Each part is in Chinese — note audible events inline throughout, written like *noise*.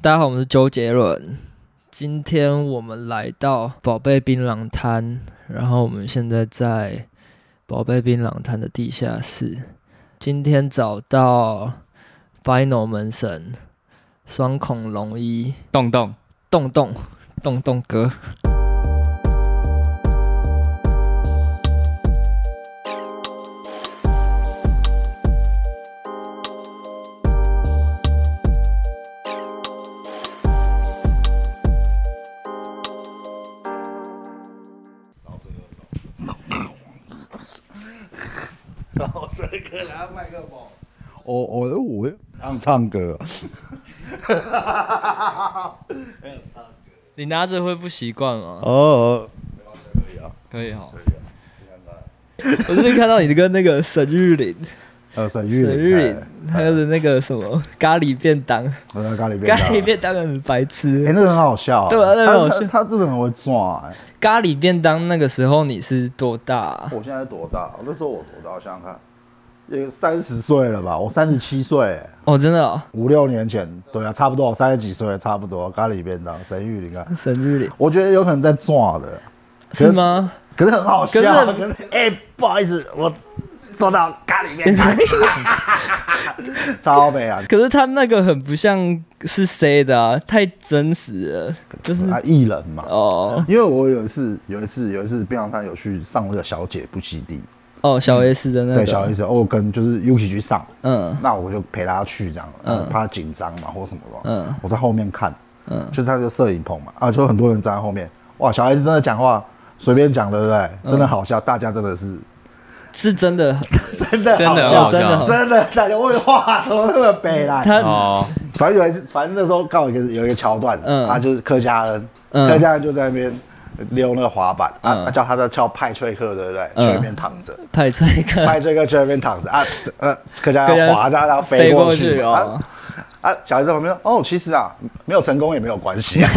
大家好，我们是周杰伦。今天我们来到宝贝槟榔摊，然后我们现在在宝贝槟榔摊的地下室。今天找到 Final 门神、双孔龙一、洞洞，洞洞、洞洞哥。 *laughs* 然后这个拿麦克风，我我我哦让唱歌， *laughs* 你拿着会不习惯吗？哦，可以啊，可以啊哈。你看看，我最近看到你跟那个沈玉琳、还有沈玉沈玉琳，还有那个什么咖喱便当，我在咖喱咖便当，喱便当很白痴。哎，那个很好笑啊，对啊那个很好笑他他他真的很会抓哎。咖喱便当那个时候你是多大啊、我现在多大？那时候我多大？我想想看，也三十岁了吧？我三十七岁哎，哦，真的、哦，五六年前，对啊，差不多，我三十几岁，差不多。咖喱便当，沈玉琳啊，沈玉琳我觉得有可能在抓的，是吗？可是很好笑可。是可是，哎，不好意思，我做到咖喱 *laughs* 便当，超美啊！可是他那个很不像是 C 的啊，太真实了，就是啊，艺人嘛。哦因为我有一次，有一次，有一次，槟榔摊有去上那个小姐不吸地，哦小 S 的那个，嗯对，小 S，我跟就是 Yuki 去上，嗯那我就陪她去这样，嗯，怕她紧张嘛或什么的，嗯嗯，我在后面看，嗯，就是他个摄影棚嘛，啊，就很多人站在后面，哇，小 S 真的讲话随便讲，对不对？嗯真的好笑，大家真的是是真的，真的真的好很好笑，真的笑好，真的，大家为话怎么那么北来？他、哦，反正有一次，反正那时候刚好有一个有一个桥段，嗯他就是客家人，嗯客家人就在那边溜那个滑板，嗯啊，啊叫他在跳派翠克，对不对？嗯去那边躺着，派出一个派翠克去那边躺着啊，这呃，客家客家人人滑着他飞飞过去去哦啊。，啊，小孩子在旁边说：“哦，其实啊，没有成功也没有关 *laughs* 系， *laughs*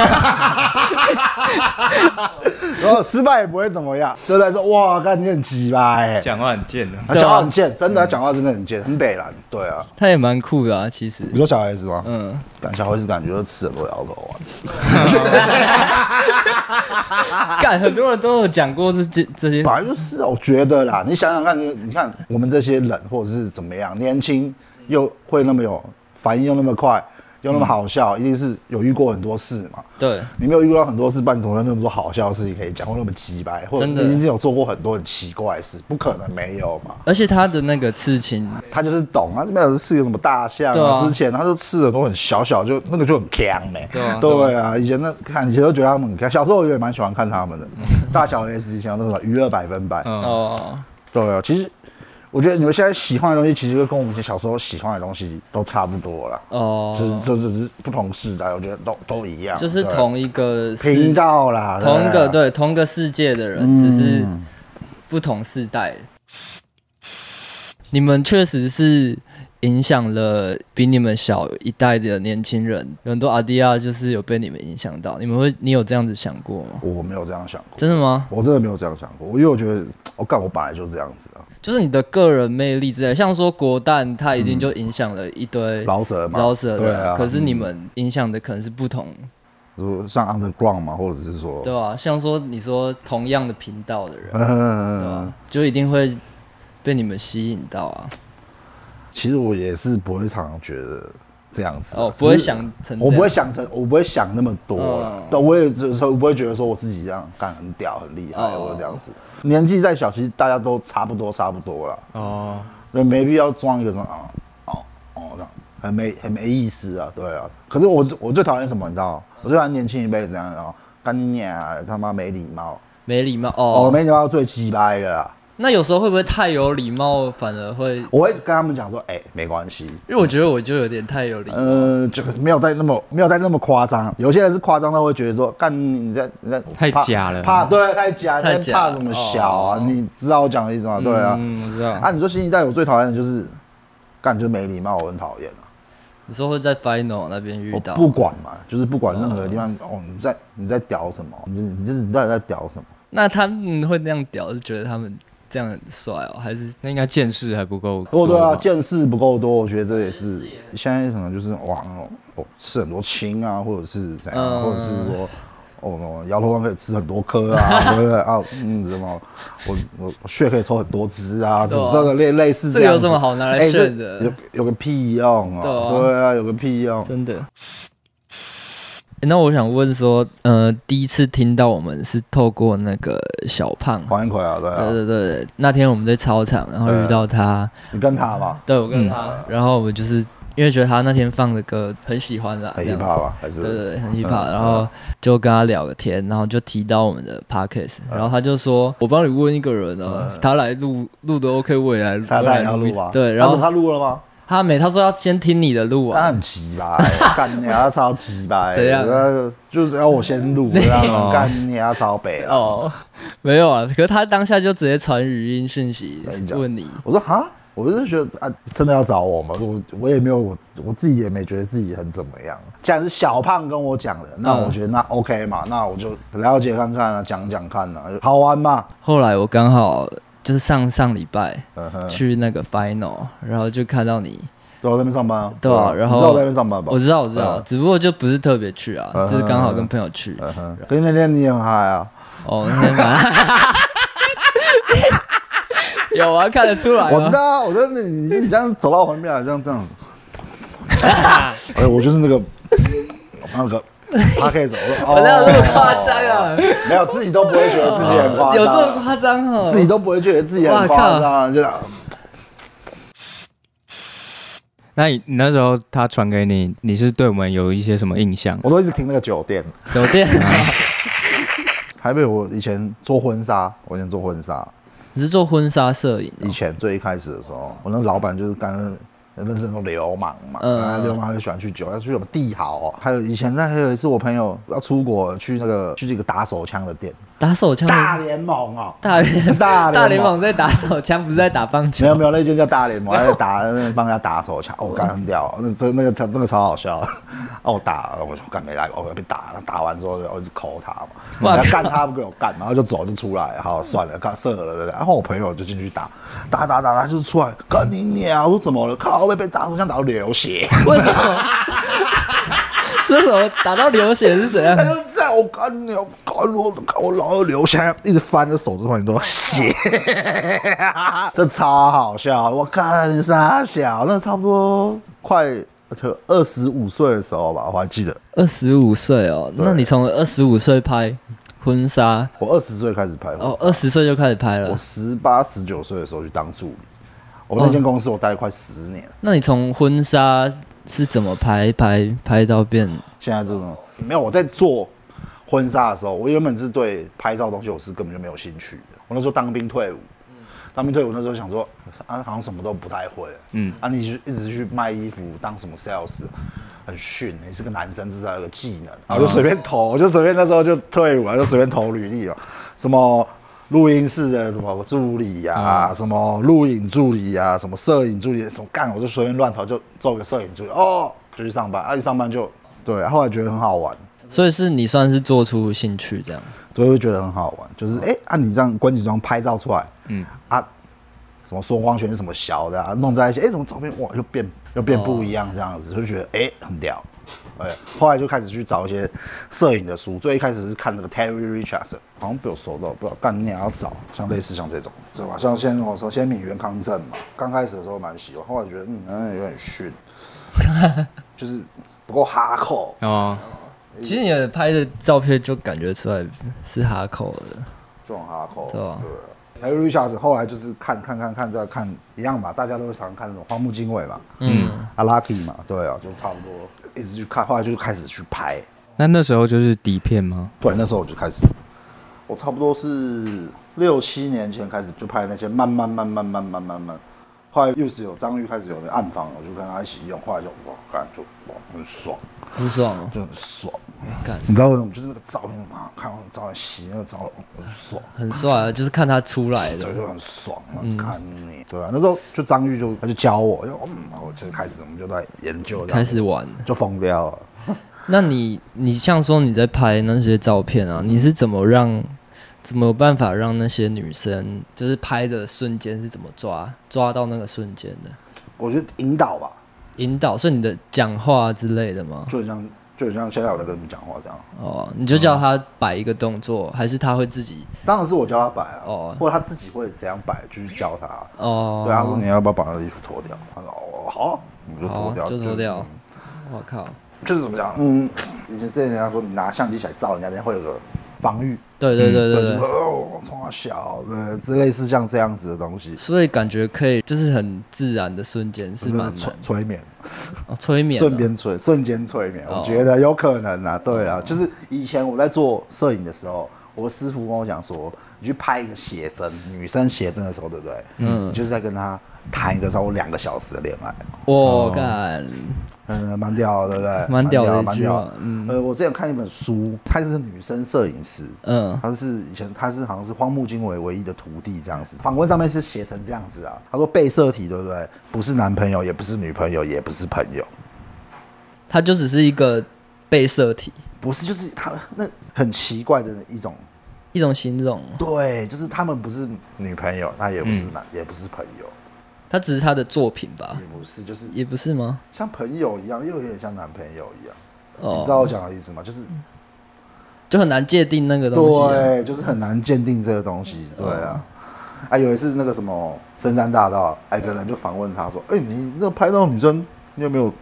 然后失败也不会怎么样，对不对？说哇，干你很鸡巴哎，讲话很贱的，他讲话很贱，真的，他讲话真的很贱，很北蓝，对啊。他也蛮酷的啊，其实你说小孩子吗？嗯嗯，感小孩子感觉就吃了都啊摇头丸。啊干很多人都有讲过这这这些本，来就是啊，我觉得啦，你想想看，你你看我们这些人或者是怎么样，年轻又会那么有反应，又那么快，又那么好笑，一定是有遇过很多事嘛。对你没有遇到很多事，办怎么有那么多好笑的事情可以讲，或那么奇白，或者真的你已经有做过很多很奇怪的事，不可能没有嘛。而且他的那个刺青，他就是懂啊，这边有吃个什么大象对啊，啊之前他就吃的都很小小，就那个就很强没、对啊对啊，以前那看以前都觉得他们很强，小时候我也蛮喜欢看他们的，嗯大小 S 以前那种娱乐百分百，嗯哦，对啊，其实我觉得你们现在喜欢的东西，其实跟我们以前小时候喜欢的东西都差不多了。哦只这只是不同时代，我觉得都都一样，就是对同一个世频道啦，同一个对啊。对同一个世界的嗯人，只是不同世代。你们确实是影响了比你们小一代的年轻人，有很多阿迪亚就是有被你们影响到。你们会，你有这样子想过吗？我没有这样想过，真的吗？我真的没有这样想过，因为我觉得我干、我本来就是这样子啊，就是你的个人魅力之类，像说国蛋，他已经就影响了一堆老舍嘛，老舍对的，啊，嗯可是你们影响的可能是不同，说像 underground 嘛，或者是说，对吧、像说你说同样的频道的人，对吧、嗯，就一定会被你们吸引到啊。其实我也是不会常常觉得这样子啊，哦不会只是想成这我不会样想成，我不会想那么多了嗯。但我也只是我不会觉得说我自己这样干很屌很厉害，哦或者这样子。年纪再小，其实大家都差不多差不多了，哦，那没必要装一个什么啊哦哦这样，很没很没意思啊，对啊。可是我我最讨厌什么，你知道吗？我最讨厌年轻一辈子这样，然后干你娘，啊他妈没礼貌。没礼貌哦，哦。没礼貌最鸡掰的啦。那有时候会不会太有礼貌，反而会？因我会跟他们讲说，哎、没关系，为我觉得我就有点太有礼貌。呃，就没有在那么没有在那么夸张。有些人是夸张到会觉得说，干你你在你在太怕假了怕对太假，太你假在怕什么小啊？哦你知道我讲的意思吗？对啊，嗯，我知道。啊，你说新一代我最讨厌的就是，干就没礼貌，我很讨厌啊。你说会在 final 那边遇我到？不管嘛，就是不管任何地方，哦，你在你在屌什么？你你这你到底在屌什么？那他们会那样屌，是觉得他们这样很帅哦，还是那应该见识还不够不过多吧。对啊，见识不够多，我觉得这也是现在可能就是哇，哦，吃很多青啊，或者是怎样，嗯或者是说。哦，哦摇头丸可以吃很多颗 *laughs* 啊，对不对啊？嗯，什么，我我我血可以抽很多支啊，这对啊这个类类似这这个样有子什么好拿来哎这炫的有有个屁用啊！对啊对啊，有个屁用。真的。诶那我想问说，呃，第一次听到我们是透过那个小胖，黄一奎啊，对对啊，对对，对那天我们在操场，然后遇到他，你跟他嘛，对我跟他，然后我们就是因为觉得他那天放的歌很喜欢啦，很啊这样哎 hip 子 hop 吧，还对对是对，很 hip hop，然后就跟他聊个天，然后就提到我们的 podcast，然后他就说：“我帮你问一个人啊，他来录录的 OK，我也来录，嗯他我他也来要录一录啊？对，然他说后他录了吗？他没，他说要先听你的录他啊，很急吧，干你啊，超急吧，怎样呃就是要我先录，这 *laughs* 样干你啊，超北啊。哦， *laughs* 没有啊，可是他当下就直接传语音讯息跟你讲问你，我说哈，我就是觉得啊，真的要找我吗？我我也没有，我我自己也没觉得自己很怎么样。既然是小胖跟我讲的，那嗯我觉得那 OK 嘛，那我就了解看看啊，讲讲看啊，好玩 *laughs* 嘛。后来我刚好就是上上礼拜嗯哼，去那个 final，然后就看到你，对，我在那边上班啊，对啊吧然你知道后我在那边上班吧？我知道我知道嗯，只不过就不是特别去啊，嗯就是刚好跟朋友去，嗯哼，可是那天你很嗨啊，哦，那天蛮。 *laughs* 有啊，看得出来吗。我知道啊，我说你你你这样走到我旁边来，这样这样，哎，我就是那个那个。他可以走，我我说哪有那么哦夸张啊？没有，自己都不会觉得自己很哦夸张，有这么夸张哦？自己都不会觉得自己很夸张，就是那你你那时候他传给你，你是对我们有一些什么印象？我都一直停那个酒店。酒店啊，台北，我以前做婚纱，我以前做婚纱，你是做婚纱摄影哦以前最一开始的时候，我那个老板就是刚刚认识很多流氓嘛，嗯啊，流氓就喜欢去酒，要去什么帝豪哦、还有以前那还有一次我朋友要出国去那个去这个打手枪的店，打手枪的，大联盟哦、大联大大联联盟盟在打手枪，不是在打棒没有球。没有，那间叫大联盟，还在打那边帮人家打手枪，哦，我刚刚掉，那真那个真的超好笑，哦，我打，我说干没来，我被打，打完之后我一直抠他嘛，哇然后干他不给我干嘛，然后就走就出来，好算了，干射了对不对？然后我朋友就进去打，打打打打就是出来，干你鸟，我说怎么了？靠，被被打手枪打到流血，为什么？ *laughs* 是什么？打到流血是怎样他？就这样，我干你，我干我，干我老二流血，一直翻着手指头，*laughs* 你都血， *laughs* 这超好笑。我干傻小，那差不多快二十五岁的时候吧，我还记得，二十五岁哦，那你从二十五岁拍婚纱我二十岁开始拍婚纱哦，二，十岁就开始拍我了。十八十九岁的时候去当助理，我那嗯间公司我待了快十年，那你从婚纱是怎么拍拍拍到变？现在这种没有我在做婚纱的时候，我原本是对拍照的东西我是根本就没有兴趣的。我那时候当兵退伍，当兵退伍那时候想说啊，好像什么都不太会，嗯，啊，你就一直去卖衣服当什么 sales。很逊，欸你是个男生，至少有个技能。然后就随便投，我就随便那时候就退伍了，啊就随便投履历了。什么录音室的什么助理呀、什么录影助理呀、什么摄影助理，什么干，我就随便乱投，就做个摄影助理。哦，就去上班，啊，一上班就对。后来觉得很好玩，所以是你算是做出兴趣这样。所以会觉得很好玩，就是哎、按你这样关几张拍照出来，嗯啊，什么双光圈什么小的啊，弄在一起，哎、怎么照片哇又变又变不一样这样子，就觉得哎、很屌，哎、后来就开始去找一些摄影的书，最一开始是看那个 Terry Richardson，好像被我搜到，不知道干你也要找，像类似像这种是吧？像先哦我说先米元康正嘛，刚开始的时候蛮喜欢，后来觉得嗯好像有点逊，就是不够哈扣，哦，嗯其实你的拍的照片就感觉出来是哈口的，这种哈扣，对吧、还有 Richards 后来就是看看看看再看一样嘛，大家都会常看那种荒木经委嘛，嗯，阿拉 k 嘛，对啊，就差不多一直去看，后来就开始去拍。那那时候就是底片吗？对，那时候我就开始，我差不多是六七年前开始就拍那些，慢慢慢慢慢慢慢慢，后来又是有张玉开始有的暗房，我就跟他一起用，后来就哇，感觉哇很爽，不爽哦，就很爽。感你知道为什么？就是那个照片嘛，看到那个照片洗那个照片很爽。很帅啊，就是看他出来这的。就很爽啊！嗯看你，对啊，那时候就张玉就他就教我，就嗯，我就开始我们就在研究这样子，开始玩了，就疯掉了。嗯那你你像说你在拍那些照片啊，你是怎么让怎么有办法让那些女生就是拍的瞬间是怎么抓抓到那个瞬间的？我觉得引导吧，引导是你的讲话之类的吗？就很像就很像现在我在跟你们讲话这样。哦，你就叫他摆一个动作，还是他会自己？当然是我教他摆啊，哦或者他自己会怎样摆，就是教他啊。哦，对啊，他说你要不要把那个衣服脱掉？他说哦好啊，我们就脱好掉，哦嗯就脱掉。我靠，就是怎么讲，嗯，以前之前人家说你拿相机起来照人家，人家会有个防御，对对对对嗯就是对，哦，从小对，之类似像这样子的东西，所以感觉可以，就是很自然的瞬间是蛮催难催眠，哦，催眠瞬啊，间催，瞬间催眠，哦我觉得有可能啊，对啊，就是以前我在做摄影的时候，我师傅跟我讲说，你去拍一个写真，女生写真的时候，对不对？嗯，你就是在跟她谈一个超过两个小时的恋爱，我哦干，嗯，蛮屌的，对不对？蛮屌的蛮一句话屌的。呃，我之前看一本书，她是女生摄影师，嗯，他是以前他是好像是荒木经惟唯一的徒弟这样子，访问上面是写成这样子啊，他说被摄体对不对？不是男朋友，也不是女朋友，也不是朋友，它就只是一个被摄体，不是就是他那很奇怪的一种，一种形容，对，就是他们不是女朋友，他也不嗯是男，也不是朋友，它只是他的作品吧也，不是就是也不是吗？像朋友一样，又有点像男朋友一样，你知道哦，我讲的意思吗？就是就很难界定那个东西啊。对，就是很难鉴定这个东西。对啊，嗯啊，有一次那个什么深山大道，哎，有个人就访问他说：“哎、你那拍到女生，你有没有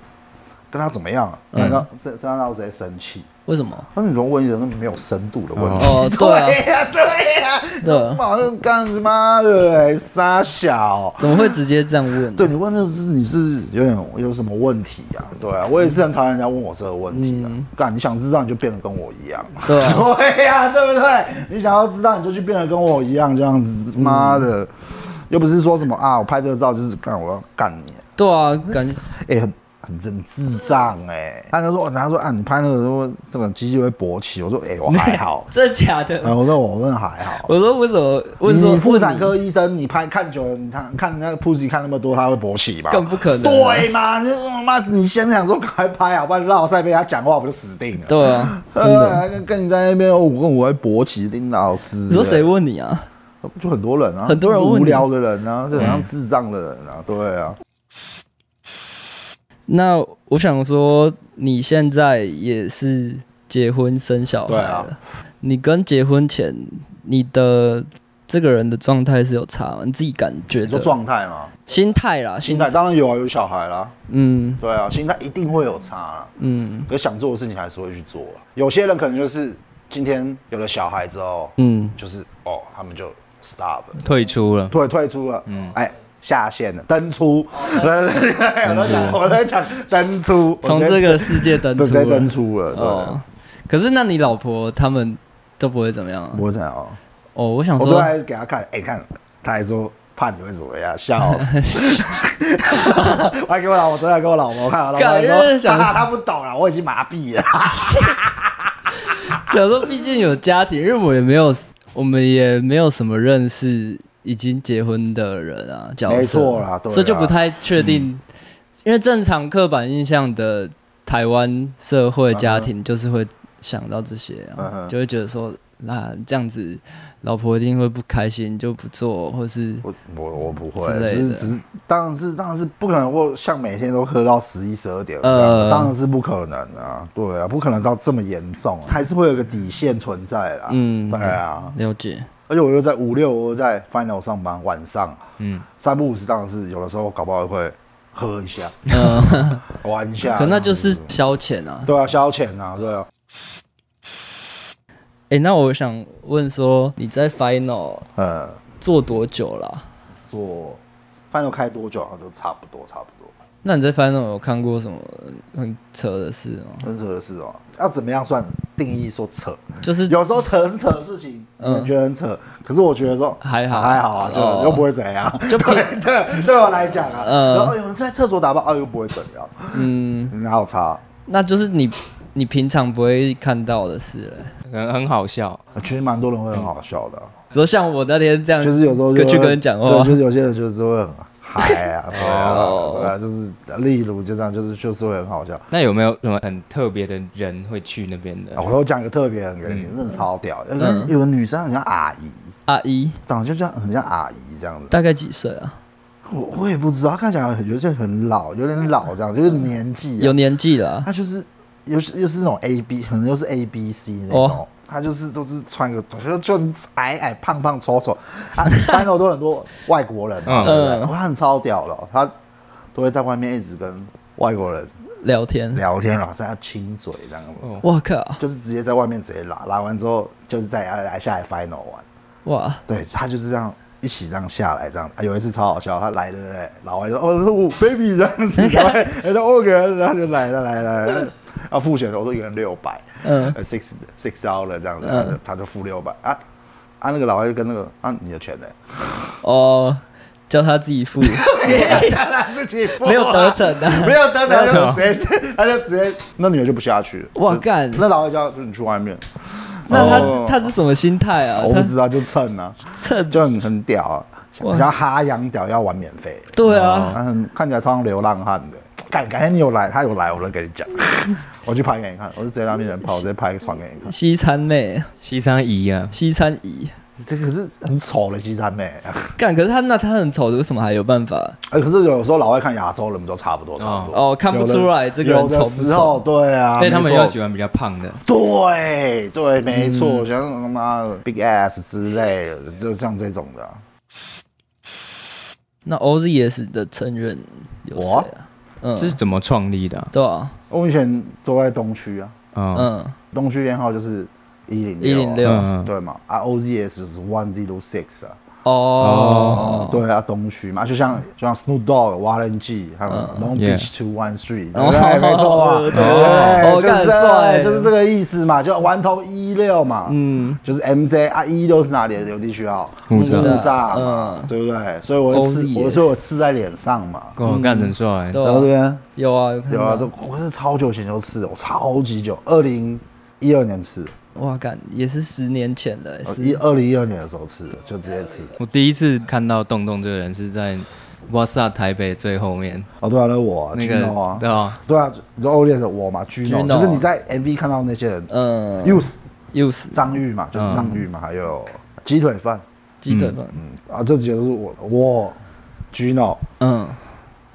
跟她怎么样、啊？”嗯然后深深山大道直接生气，为什么？他说：“你容问一个那么没有深度的问题。哦，对啊， *laughs* 对呀、对呀、对他啊，妈的干什么的？傻小。怎么会直接这样问？对你问的是你是有点有什么问题啊？对啊，我也是很讨厌人家问我这个问题啊嗯。干、你想知道你就变得跟我一样。对啊， *laughs* 对呀、对不对？你想要知道，你就去变得跟我一样这样子。妈的，嗯又不是说什么啊，我拍这个照就是干，我要干你。对啊，感觉，哎、很很很智障哎、他就说，人家说啊，你拍那个说这个机器会勃起，我说哎、我还好 *laughs* 真的假的？啊，我说我问还好。我说为什么？为什你么你妇产问科医生，你拍看久了，你看看那个 pussy 看那么多，他会勃起吗？更不可能啊对嘛？你说妈，你先想说赶快拍啊，不然绕赛被他讲话，我就死定了你？。对啊，真 *laughs* 的，跟跟你在那边，哦我跟我还勃起林老师，你说谁问你啊？就很多人啊，很多人问你嗯无聊的人啊，就很像智障的人啊，对啊，那我想说，你现在也是结婚生小孩对啊了，你跟结婚前你的这个人的状态是有差吗？你自己感觉你说的状态嘛，心态啦，心心态当然有啊，有小孩啦，嗯对啊，心态一定会有差啦，嗯可想做的事情还是会去做啦。有些人可能就是今天有了小孩之后，嗯，就是哦，他们就 stop 了，退出了，退退出了，嗯，哎。下线了，登 *laughs* 出，我在讲，我在讲登出，我从直接这个世界登就出直接登了。出 *laughs* 了，对啊哦，，可是那你老婆他们都不会怎么样啊？不会这样哦。哦，我想我昨说天，还给他看，哎、看，他还说怕你会怎么样，笑 *laughs* 死！*laughs* 我还给我老婆，昨天还给我老婆看，我老婆感还觉说，想哈哈，他不懂啊，我已经麻痹了。 *laughs* 想说，毕竟有家庭，因为我也没有，我们也没有什么认识已经结婚的人啊，角色没错啦对啦嗯所以就不太确定，因为正常刻板印象的台湾社会家庭就是会想到这些、啊嗯嗯哼就会觉得说，那这样子老婆一定会不开心，就不做，或是我我我不之会，类的只是只是，当然是当然是不可能，我像每天都喝到十一十二点，呃当然是不可能啊，对啊，不可能到这么严重、啊还是会有个底线存在啦。嗯对啊，了解，而且我又在五六，我又在 final 上班，晚上嗯，三不五时，当然是有的时候搞不好会喝一下，嗯、 *laughs* 玩一下，可那就是消遣啊。对啊，消遣啊，对啊。哎、那我想问说，你在 final 呃，做多久啊啦、做饭都开多久啊？就差不多，差不多。那你在 Final 有看过什么很扯的事吗？很扯的事哦，要怎么样算定义说扯？就是 *laughs* 有时候扯很扯的事情，你们觉得很扯，可是我觉得说嗯还好还好啊，哦对，又不会怎样。就平对对，对我来讲啊，嗯然后有人在厕所打包，哦，又不会怎样，嗯，哪有差？那就是你你平常不会看到的事了。很很好笑，其实蛮多人会很好笑的啊，比如像我那天这样，就是有时候就嗯跟去会跟人讲对，话就，是有些人就是会很嗨 *laughs* 啊，对啊，哦对啊，就是例如就这样，就是就是会很好笑。那有没有什么很特别的人会去那边的啊？我我讲一个特别的嗯给你，真的超屌，有个有个女生很像阿姨，阿姨长得就像很像阿姨这样子。大概几岁啊？我我也不知道，她看起来很有些很老，有点老这样，嗯就是年纪、有，年纪了啊、她就是又是又是那种 A B，可能又是 A B C 那种哦。她就是都是穿个就就很矮矮胖胖丑啊丑，她班楼都很多外国人嘛，嗯对不对？哇她很超屌了，她都会在外面一直跟外国人聊天。聊天，然后在那亲嘴这样子，哦我靠，就是直接在外面直接拉，拉完之后就是在来来下来 final 玩。哇，对他就是这样一起这样下来，这样、啊、有一次超好笑，他来对不对？老外说哦我 baby 这样 *laughs* 子，然后他说 OK，然后就来了来了，来了啊付钱，我说一个人六百，嗯，呃 six six dollar 这样子，他就他就付六百啊啊那个老外就跟那个啊你的 *laughs* 钱呢？哦，叫他自己 *laughs* 付，叫他自己付啊没有得逞的、没啊。有得逞，他就直接他就直接那女的就不下去了，哇就干那老外叫你去外面，那他、哦他是什么心态啊？我不他知道就蹭啊，趁就很很屌啊，想哇想哈洋屌要玩免费。对啊，他很看起来超像流浪汉的。感感觉你有来，他有来，我就跟你讲， *laughs* 我去拍给你看，我就直接在他 *laughs* 面前拍，我直接拍传给你看。西餐妹，西餐姨啊，西餐姨。这个是很丑的西餐 *laughs* 妹，干，可是他那他很丑，为什么还有办法？哎，可是有时候老外看亚洲人不都差不多，差不多哦看不出来有的这个人有的丑不时丑候对啊，所以他们没又错喜欢比较胖的。对对，没嗯错，像他妈的 big ass 之类的，就像这种的。那 OZS 的成员有谁啊？这是嗯，怎么创立的啊？对啊，我以前都在东区啊，嗯嗯，东区编号就是一零啊106嗯对嘛，啊 OZS 就是 one zero six 啊。哦，对啊，东区嘛，就像就像 Snoop Dogg、Warren G，还有 Long Yeah Beach Two One Three，嗯哦 *laughs* 对，没错啊，对对，哦就干是这帅就是这个意思嘛，就顽头一六嘛，嗯，就是 MJ 啊，一六是哪里的？有地区号，木栅栅嘛嗯，对不对？所以我就刺， Ozzy 我也所以我是刺在脸上嘛，哦，干很帅。对然后这啊，边有啊，有看有啊，到这。我是超久以前就刺的，我超级久，二零一二年刺的，哇，干也是十年前了，是一二零一二年的时候刺的，就直接刺的。我第一次看到洞洞这个人是在哇萨台北最后面哦，对啊，那是我啊那个 Gino 啊，对啊，对啊，你说欧烈的我嘛，Gino， Gino 就是你在 MV 看到那些人嗯，Use 又是张玉嗯嘛，就是张玉嘛，还有鸡腿饭，鸡腿饭，嗯啊，这几个都是我我 Gino 嗯，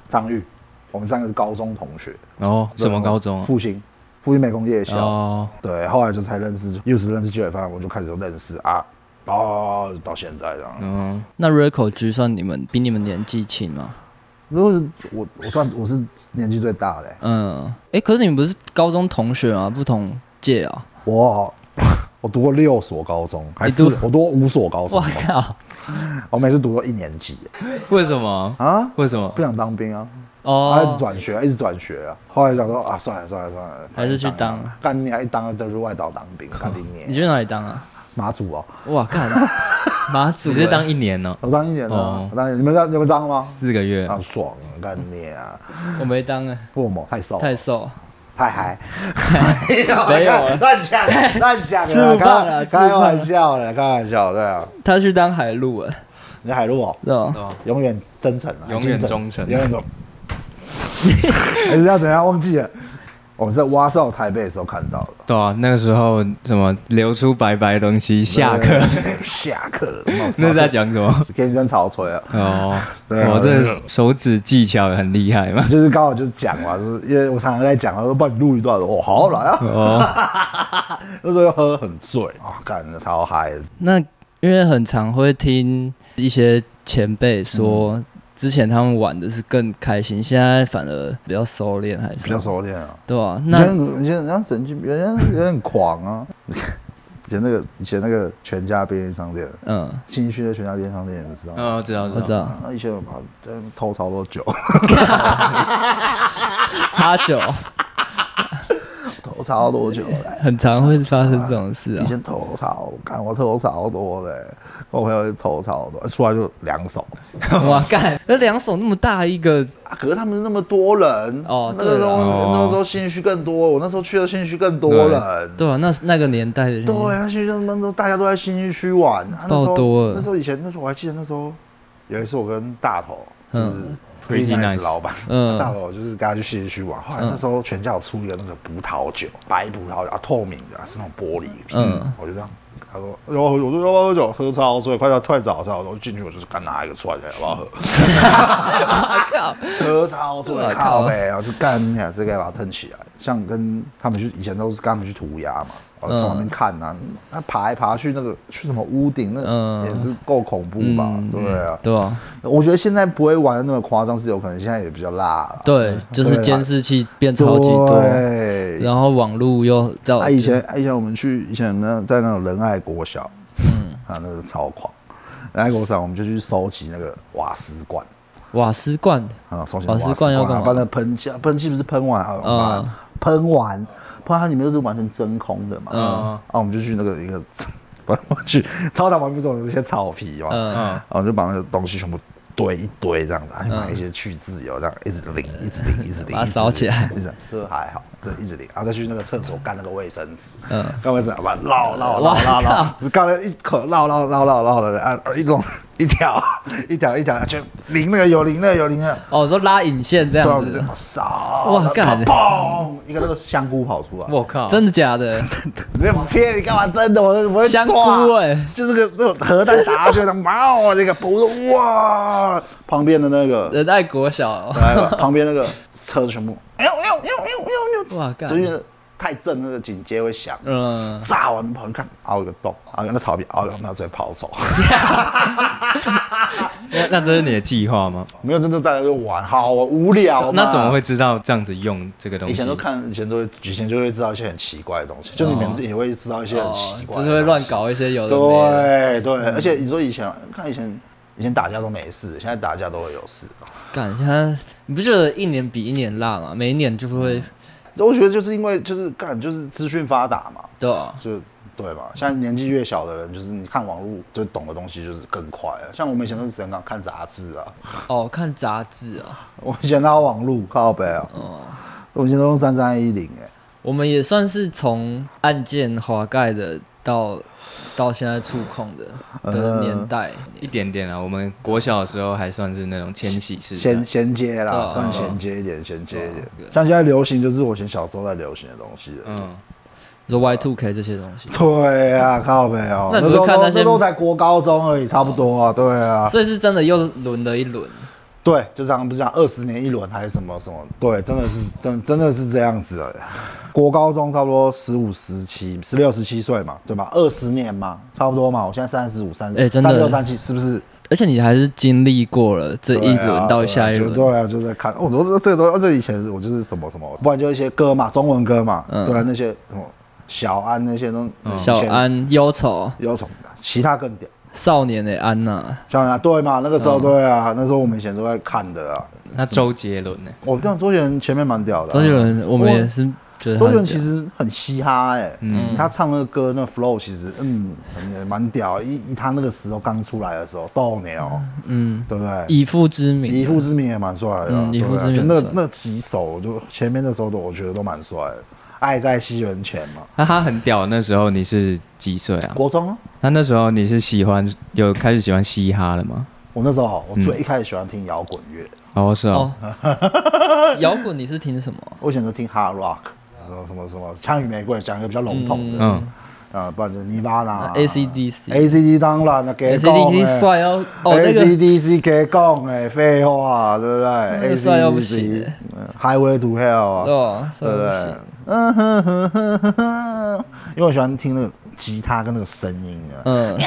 张玉，我们三个是高中同学，然后什么高中啊？复兴，复兴美工夜校，哦，对，后来就才认识 Use 认识鸡腿饭，我就开始就认识啊，哦，到现在这样。嗯，那 Rico 局算你们比你们年纪轻吗？如果是我我算我是年纪最大的欸，嗯，哎，可是你们不是高中同学啊，不同届啊？我 *laughs* 我读过六所高中，还你是读我读过五所高我中，靠，我每次读到一年级欸为什么？啊。为什么不？想当兵啊，他一直哦，转学，一直转学啊。后来想说啊，算了算了算了，还是去当当一当。干你还一当就去外岛当兵，干你你娘！去哪里当啊？马祖哦，哇， *laughs* 干马祖只欸，是当一年呢，我当一年啊哦，我当一年你们当你们当吗？四个月。啊，爽，干你啊！我没当哎，为什么太瘦？太瘦，太嗨？ *laughs* 没有啊乱讲乱讲啊，吃不胖开啊吃不胖啊开玩笑的，开玩笑，对啊。他去当海陆哎，你海陆哦，知道吗？对啊永远真诚啊，永远精诚忠诚永远忠。还是要怎样？忘记了，我们在挖哨台北的时候看到的。对啊，那个时候什么流出白白的东西，下 *laughs* 课，对，下课了，那是在讲什么？天生潮吹啊，哦，对啊我这手指技巧很厉害嘛。就是刚好就是讲嘛，就是因为我常常在讲，他说帮你录一段，哦，好好来啊， *laughs* 哦，那时候又喝很醉啊，干的超嗨的，那因为很常会听一些前辈说，嗯之前他们玩的是更开心，现在反而比较收敛，还是比较熟练啊。对啊？以那前以前人家神经，人家有点狂啊。以前那个以前那个全家便利商店，嗯，新一区的全家便利商店，你们知道吗？嗯，我知道，我知。道啊，以前我们在那边偷超多酒，哈九偷超多酒的。很常会发生这种事 *laughs* 以啊。前偷超，看我偷超多的、跟我朋友偷超多，出来就两手。哇，干，那两手那么大一个，啊，可是他们那么多人哦那个时对候、啦那个时候兴趣更多，我那时候去的兴趣更多人。对啊，那是那个年代的人，对，那兴趣那么多，大家都在新区玩，啊、那时候爆多了那时候以前，那时候我还记得那时候有一次我跟大头，嗯就是 Pretty nice 老板，嗯大佬就是跟他去谢谢虚玩。后来那时候全家有出一个那个葡萄酒，白葡萄酒啊，透明的、啊，是那种玻璃瓶，嗯我就这样。他说：“然后我说要不要喝酒？喝超醉，快要踹早上。”我说：“进去我就是干拿一个踹来，要不要喝？啊靠，喝超醉哇，靠靠呗！我就干你啊，这个要把它腾起来。像跟他们去以前都是跟他们去涂鸦嘛，我嗯从那边看呐、啊，那爬来爬去那个去什么屋顶，那嗯也是够恐怖吧？对不对啊？对吧？我觉得现在不会玩的那么夸张，是有可能现在也比较辣了。对，就是嗯对监视器变超级多，对然后网络又造啊，以前啊以前我们去以前那在那种仁爱国小，嗯，啊，那是超狂。仁爱国小我们就去收集那个瓦斯罐瓦斯罐，啊，收集瓦斯罐要干啊嘛把那喷气喷气不是喷完啊，把它喷完，喷完它里面就是完全真空的嘛。嗯啊，我们就去那个一个，我去操场旁边不是有那些草皮嘛，嗯嗯然后就把那个东西全部堆一堆这样子，还买一些去自由这样，一直淋，一直淋，一直淋，把它扫起来一直淋，一直这还好，这一直淋，然后再去那个厕所干那个卫生纸，嗯干卫生纸，把它绕绕哇绕绕绕，干了一口绕绕绕绕绕的，啊，一弄一条一条一条，就淋那个有淋那个有淋那个，哦，说拉引线这对啊，我样们就子这，样扫，哇然后干砰，一个那个香菇跑出来，我靠，真的假的？没有骗你干嘛？真的，我我会香菇抓欸就是个那种核弹打下去的，哇哦，这个不是哇，旁边的那个，人爱国小哦，来 *laughs* 了，旁边那个车全部，哎呦哎呦哎呦哎呦哎呦，哇干就，因为太震，那个警戒会响，嗯，炸完跑去看，凹一个洞，凹一个那草皮凹一个洞，然后再跑走，那那这是你的计划吗？没有真的在那边玩，好无聊嘛，那怎么会知道这样子用这个东西？以前都看，以前都会，以前就会知道一些很奇怪的东西，就你们自己也会知道一些很哦奇，怪的东西，就是会乱搞一些有的嗯没的，对对，而且你说以前看以前以前打架都没事，现在打架都会有事。啊干，现在你不觉得一年比一年辣吗？每一年就会，我觉得就是因为就是干就是资讯发达嘛，对吧？就对吧？现在年纪越小的人，就是你看网络就懂的东西就是更快了。像我们以前都是只能看杂志啊，哦，看杂志啊，我以前拿网络靠北啊，哦我以前都用三三一零哎，我们也算是从按键滑盖的到到现在触控的嗯的年代，一点点啊，我们国小的时候还算是那种千禧世代衔，衔接对啦啊，算衔接一点，衔接一点对啊。像现在流行就是我以前小时候在流行的东西了。嗯，你说啊 Y two K 这些东西，对啊，靠北哦，嗯那你不那时是候看都那那些嗯时候才国高中而已，差不多啊，对啊。所以是真的又轮了一轮。对，就这样，不是讲二十年一轮还是什么什么？对，真的是真真的是这样子了。国高中差不多十五、十七、十六、十七岁嘛，对吧？二十年嘛，差不多嘛。我现在三十五、三哎真的三六、三七，是不是？而且你还是经历过了这一对啊轮到下一轮，对啊，就对啊就在看。我都这个都就以前我就是什么什么，不然就一些歌嘛，中文歌嘛，对啊，那些什么小安那些都、嗯小安忧愁，有什么的，其他更屌。少年的安娜，像啊，对嘛，那个嗯时候对啊，那时候我们以前都在看的啊。那周杰伦呢？我跟你讲周杰伦前面蛮屌的啊、周杰伦我们也是觉得他周杰伦很其实很嘻哈哎、嗯，他唱那个歌那 flow 其实嗯很蛮屌，一一他那个时候刚出来的时候斗牛，嗯，对不对？以父之名，啊以父之名也蛮帅的啊，嗯以父对不对之名就那很帅那几首就前面那时候都我觉得都蛮帅的，《爱在西元前》嘛，那他很屌，那时候你是几岁啊？国中啊那那时候你是喜欢有开始喜欢嘻哈了吗？我那时候我最一开始喜欢听摇滚乐，哦，是哦哦，， *laughs* 摇滚你是听什么？我以前都听 hard rock，什么什么什么《枪与玫瑰》，讲一个比较笼统的，嗯，啊，不然就是 Nirvana 啊、 AC/DC ACDC 当然了，啊给 AC/DC 帅哦哦那个 ACDC 给讲哎，废话，对不对那个？ACDC 帅到不行欸嗯 Highway to Hell 啊，对吧？对算哦不不对行，？嗯哼哼哼哼哼，因为我喜欢听那个吉他跟那个声音啊，嗯。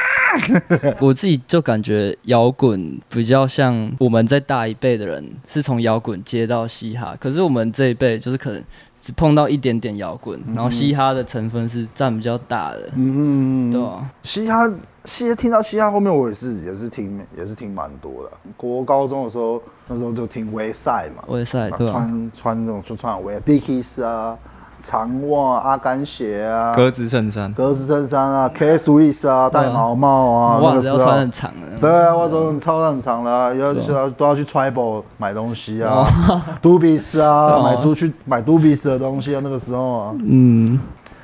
*laughs* 我自己就感觉摇滚比较像我们在大一辈的人是从摇滚接到嘻哈，可是我们这一辈就是可能只碰到一点点摇滚，然后嘻哈的成分是占比较大的，嗯对嗯，吧？嘻哈，嘻哈听到嘻哈后面，我也是也是听也是听蛮多的。国高中的时候，那时候就听 w 赛嘛，我也是，对啊吧？穿穿那种就穿 w d i c k i s 啊、长袜、阿甘鞋啊、格子衬衫，格子衬衫啊、K Swiss 啊、戴毛帽啊，那袜个子时要候穿很长的，对啊，我走超很长了，啊啊要要都要去 Tribal 买东西啊，哦 *laughs* 杜比斯啊，买都去买杜比斯的东西啊，那个时候啊，嗯，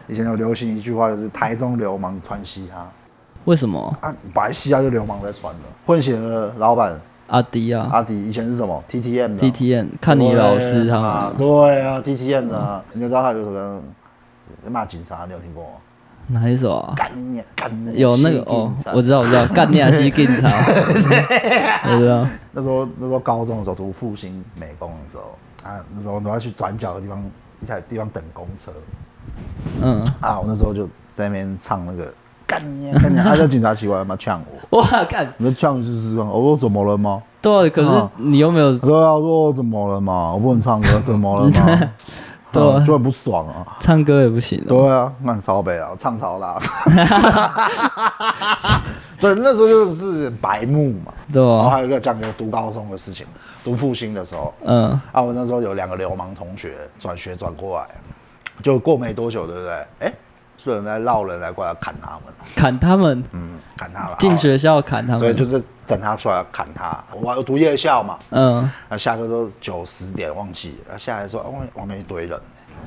以前有流行一句话，就是台中流氓穿嘻哈为什么？啊，白嘻哈就流氓在穿的，混血的老板阿迪啊阿迪以前是什么 TTM 的，T T N，看你老师他啊们对啊 TTM 的啊，你就知道他有什么骂警察，你有听过吗？哪一首啊？干你娘干你娘有那个谢谢哦警，察我知道，我知道，干你啊西警察，我知道，那时候那时候高中的时候读复兴美工的时候啊，那时候你要去转角的地方一台地方等公车嗯，啊，我那时候就在那边唱那个干你娘干你娘，他叫警察奇怪嘛呛我，哇，干，你说呛就是这样，我说怎么了吗？对，啊可是嗯你又没有他说啊我说怎么了嘛，我不能唱歌，怎么了嘛？ *laughs* 对啊嗯就很不爽啊。唱歌也不行哦，对啊，那超北啊，唱超 *laughs* 啦。对，那时候就是白目嘛。对然后吧？还有一个讲个读高中的事情，读复兴的时候，嗯，啊，我那时候有两个流氓同学转学转过来，就过没多久，对不对？哎、有人来闹人来过来砍他们，砍他们，嗯，砍他们，进学校砍他好对，们，就是等他出来砍他。我我读夜校嘛，嗯，啊，下课都九十点忘记了，啊下来说，哦，外面一堆人、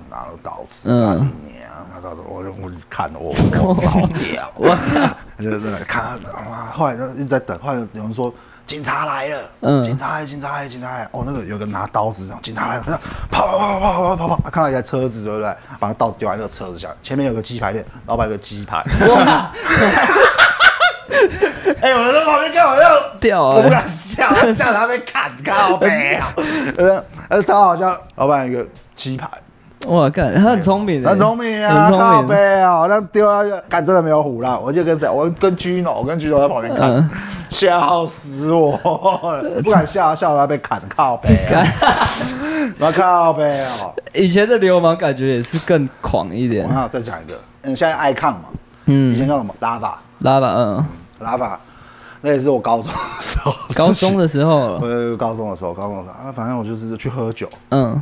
拿了刀子，嗯嗯，你啊，拿刀子，我就我就看我，我老屌，我就是在看，哇，后来就一直在等，后来有人说警察来了，嗯嗯，警察来，警察来，警察来，哦，那个有个拿刀子这样，警察来了，他跑跑跑跑跑跑跑跑，看到一台车子，对不对？把那刀子丢在那个车子下，前面有个鸡排店，老板有个鸡排，哎、我人在旁边干嘛要？掉我不啊，敢笑，笑他被砍靠背啊！呃呃，超好笑。老板有一个鸡排，哇，干，他很聪明欸，很聪明啊，很靠聪明，背啊，那丢下去，干真的没有唬烂。我就跟谁，我跟 Gino，我跟 Gino 在旁边看嗯，笑死我了，不敢笑，笑他被砍靠背啊，我靠背啊！以前的流氓感觉也是更狂一点我，看再讲一个，嗯，现在 icon 嘛，以前嗯，叫什么 Lava 拉吧，嗯， Lava，那也是我高中的时候，高中的时候了，我高中的时候，高中的时候啊，反正我就是去喝酒。嗯，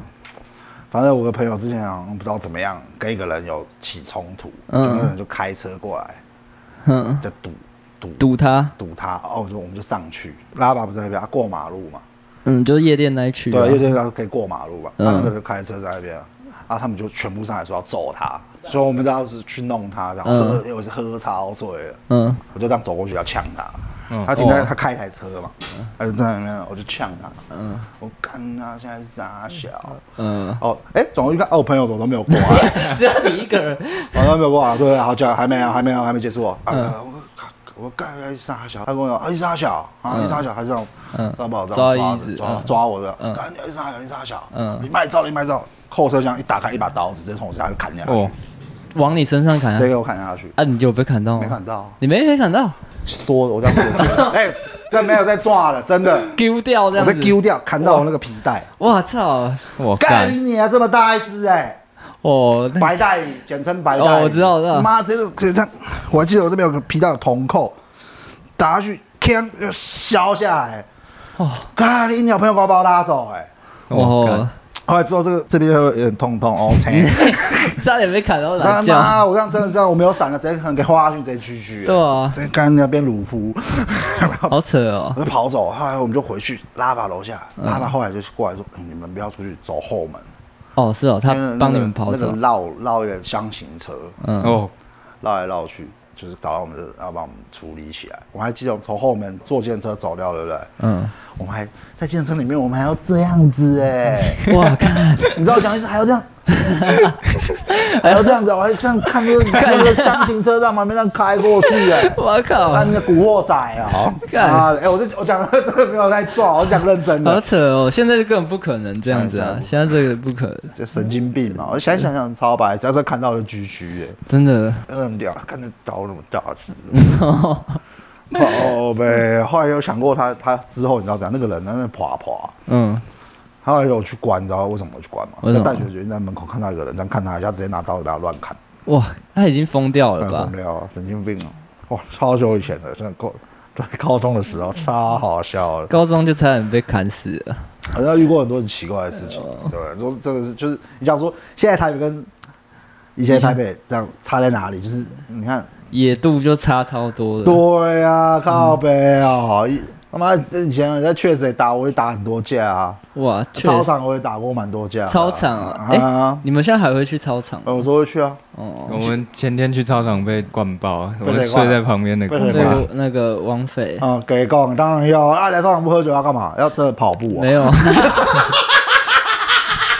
反正我个朋友之前好像不知道怎么样跟一个人有起冲突，嗯就那个人就开车过来，嗯，就堵堵堵他，堵他，哦，我就我们就上去，拉巴不是在那边，他啊过马路嘛，嗯，就是夜店那一区啊，对，因为他可以过马路嘛，嗯他那个就开车在那边，啊，他们就全部上来说要揍他，所以我们当时去弄他，然后嗯喝，因为我是喝超醉了，嗯，我就这样走过去要呛他。嗯他停在哦他开一台车嘛，他就在那边，我就呛他，我看他现在是傻小，嗯，哦，哎，转过去看，哦，我朋友怎么都没有过 *laughs* 来，只有你一个人，好像没有过啊，对，好久还没有，还没有，还没结束哦。嗯啊，我靠我干一傻小，他跟我讲，啊，一傻小，啊，一傻小，他这样，嗯知道不好？抓抓椅子抓嗯抓我的，嗯啊，你一傻小，一傻小，嗯嗯，你卖照，你卖照，后车厢一打开，一把刀直接从我身上砍下去哦，，往你身上砍直接啊，给我砍下去，啊，你就有被砍到没吗砍？到，你没被砍到，说我这 *laughs* 样说，哎，这没有在抓了，真的，丢掉这我样在子，丢掉，砍到我那个皮带，哇操，我干干你娘，这么大一只哎。哦，那白带鱼，简称白带鱼。哦我知道我知道妈，直接直接这样，我还记得我这边有个皮带有铜扣，打下去，锵就削下来。哦哦，看你鸟朋友把我把我拉走、哎。我哦干，后来之后，这个这边有点痛 *laughs* 痛哦，切！差点被砍到他懒觉，妈，我刚真的这样，我没有闪了，直接可能给花下去，直接狙狙。对啊直接干那边鲁夫， *laughs* 好扯哦，我就跑走。后来我们就回去拉吧楼下，嗯拉吧后来就过来说，嗯你们不要出去，走后门。哦是哦，他啊因为那个帮你们跑走那个，绕绕一个箱型车，哦，绕来绕去，就是找到我们的，要把我们处理起来。我还记得我们从后门坐电车走掉，对不对？嗯，我们还在健身里面，我们还要这样子哎、 *laughs* 哇看， *laughs* 你知道我讲一次还要这样， *laughs* 还要这样子，我还这样看那个看那个箱型车在旁边这样开过 *laughs* 去哎、我靠，看那个古惑仔啊！干啊！哎、我这我讲 *laughs* 的这个没有在撞，我讲认真好的，哎扯哦，现在根本不可能这样子啊，现在这个不可能，这神经病嘛！我现在想想超白，只要是看到就狙狙哎，真的， *laughs* 那很屌，看那刀那么大只，宝贝，后来有想过他，他之后你知道怎样？那个人在那爬爬，嗯，他后来有去关，你知道为什么我去关吗？为什在么大学学院在门口看到一个人，这样看他一下，直接拿刀给他乱砍，哇，他已经疯掉了吧疯？掉啊，神经病啊！哇，超久以前的，真的高在高中的时候超好笑的，高中就差点被砍死了，好像遇过很多很奇怪的事情，对，说真的是就是你想说现在台北跟以前的台北这样差在哪里？就是你看，野度就差超多了。嗯对呀、啊，靠北哦，一他妈之前人家确实也打，我也打很多架啊，哇，确实操场我也打过蛮多架的啊、操场啊，哎、啊，你们现在还会去操场吗？我说会去啊，哦，我们前天去操场被灌爆，被谁我灌睡在旁边的被灌谁对灌爆。我那个王菲、嗯，给供当然要啊，来操场不喝酒要干嘛？要真的跑步啊没，有，对啊，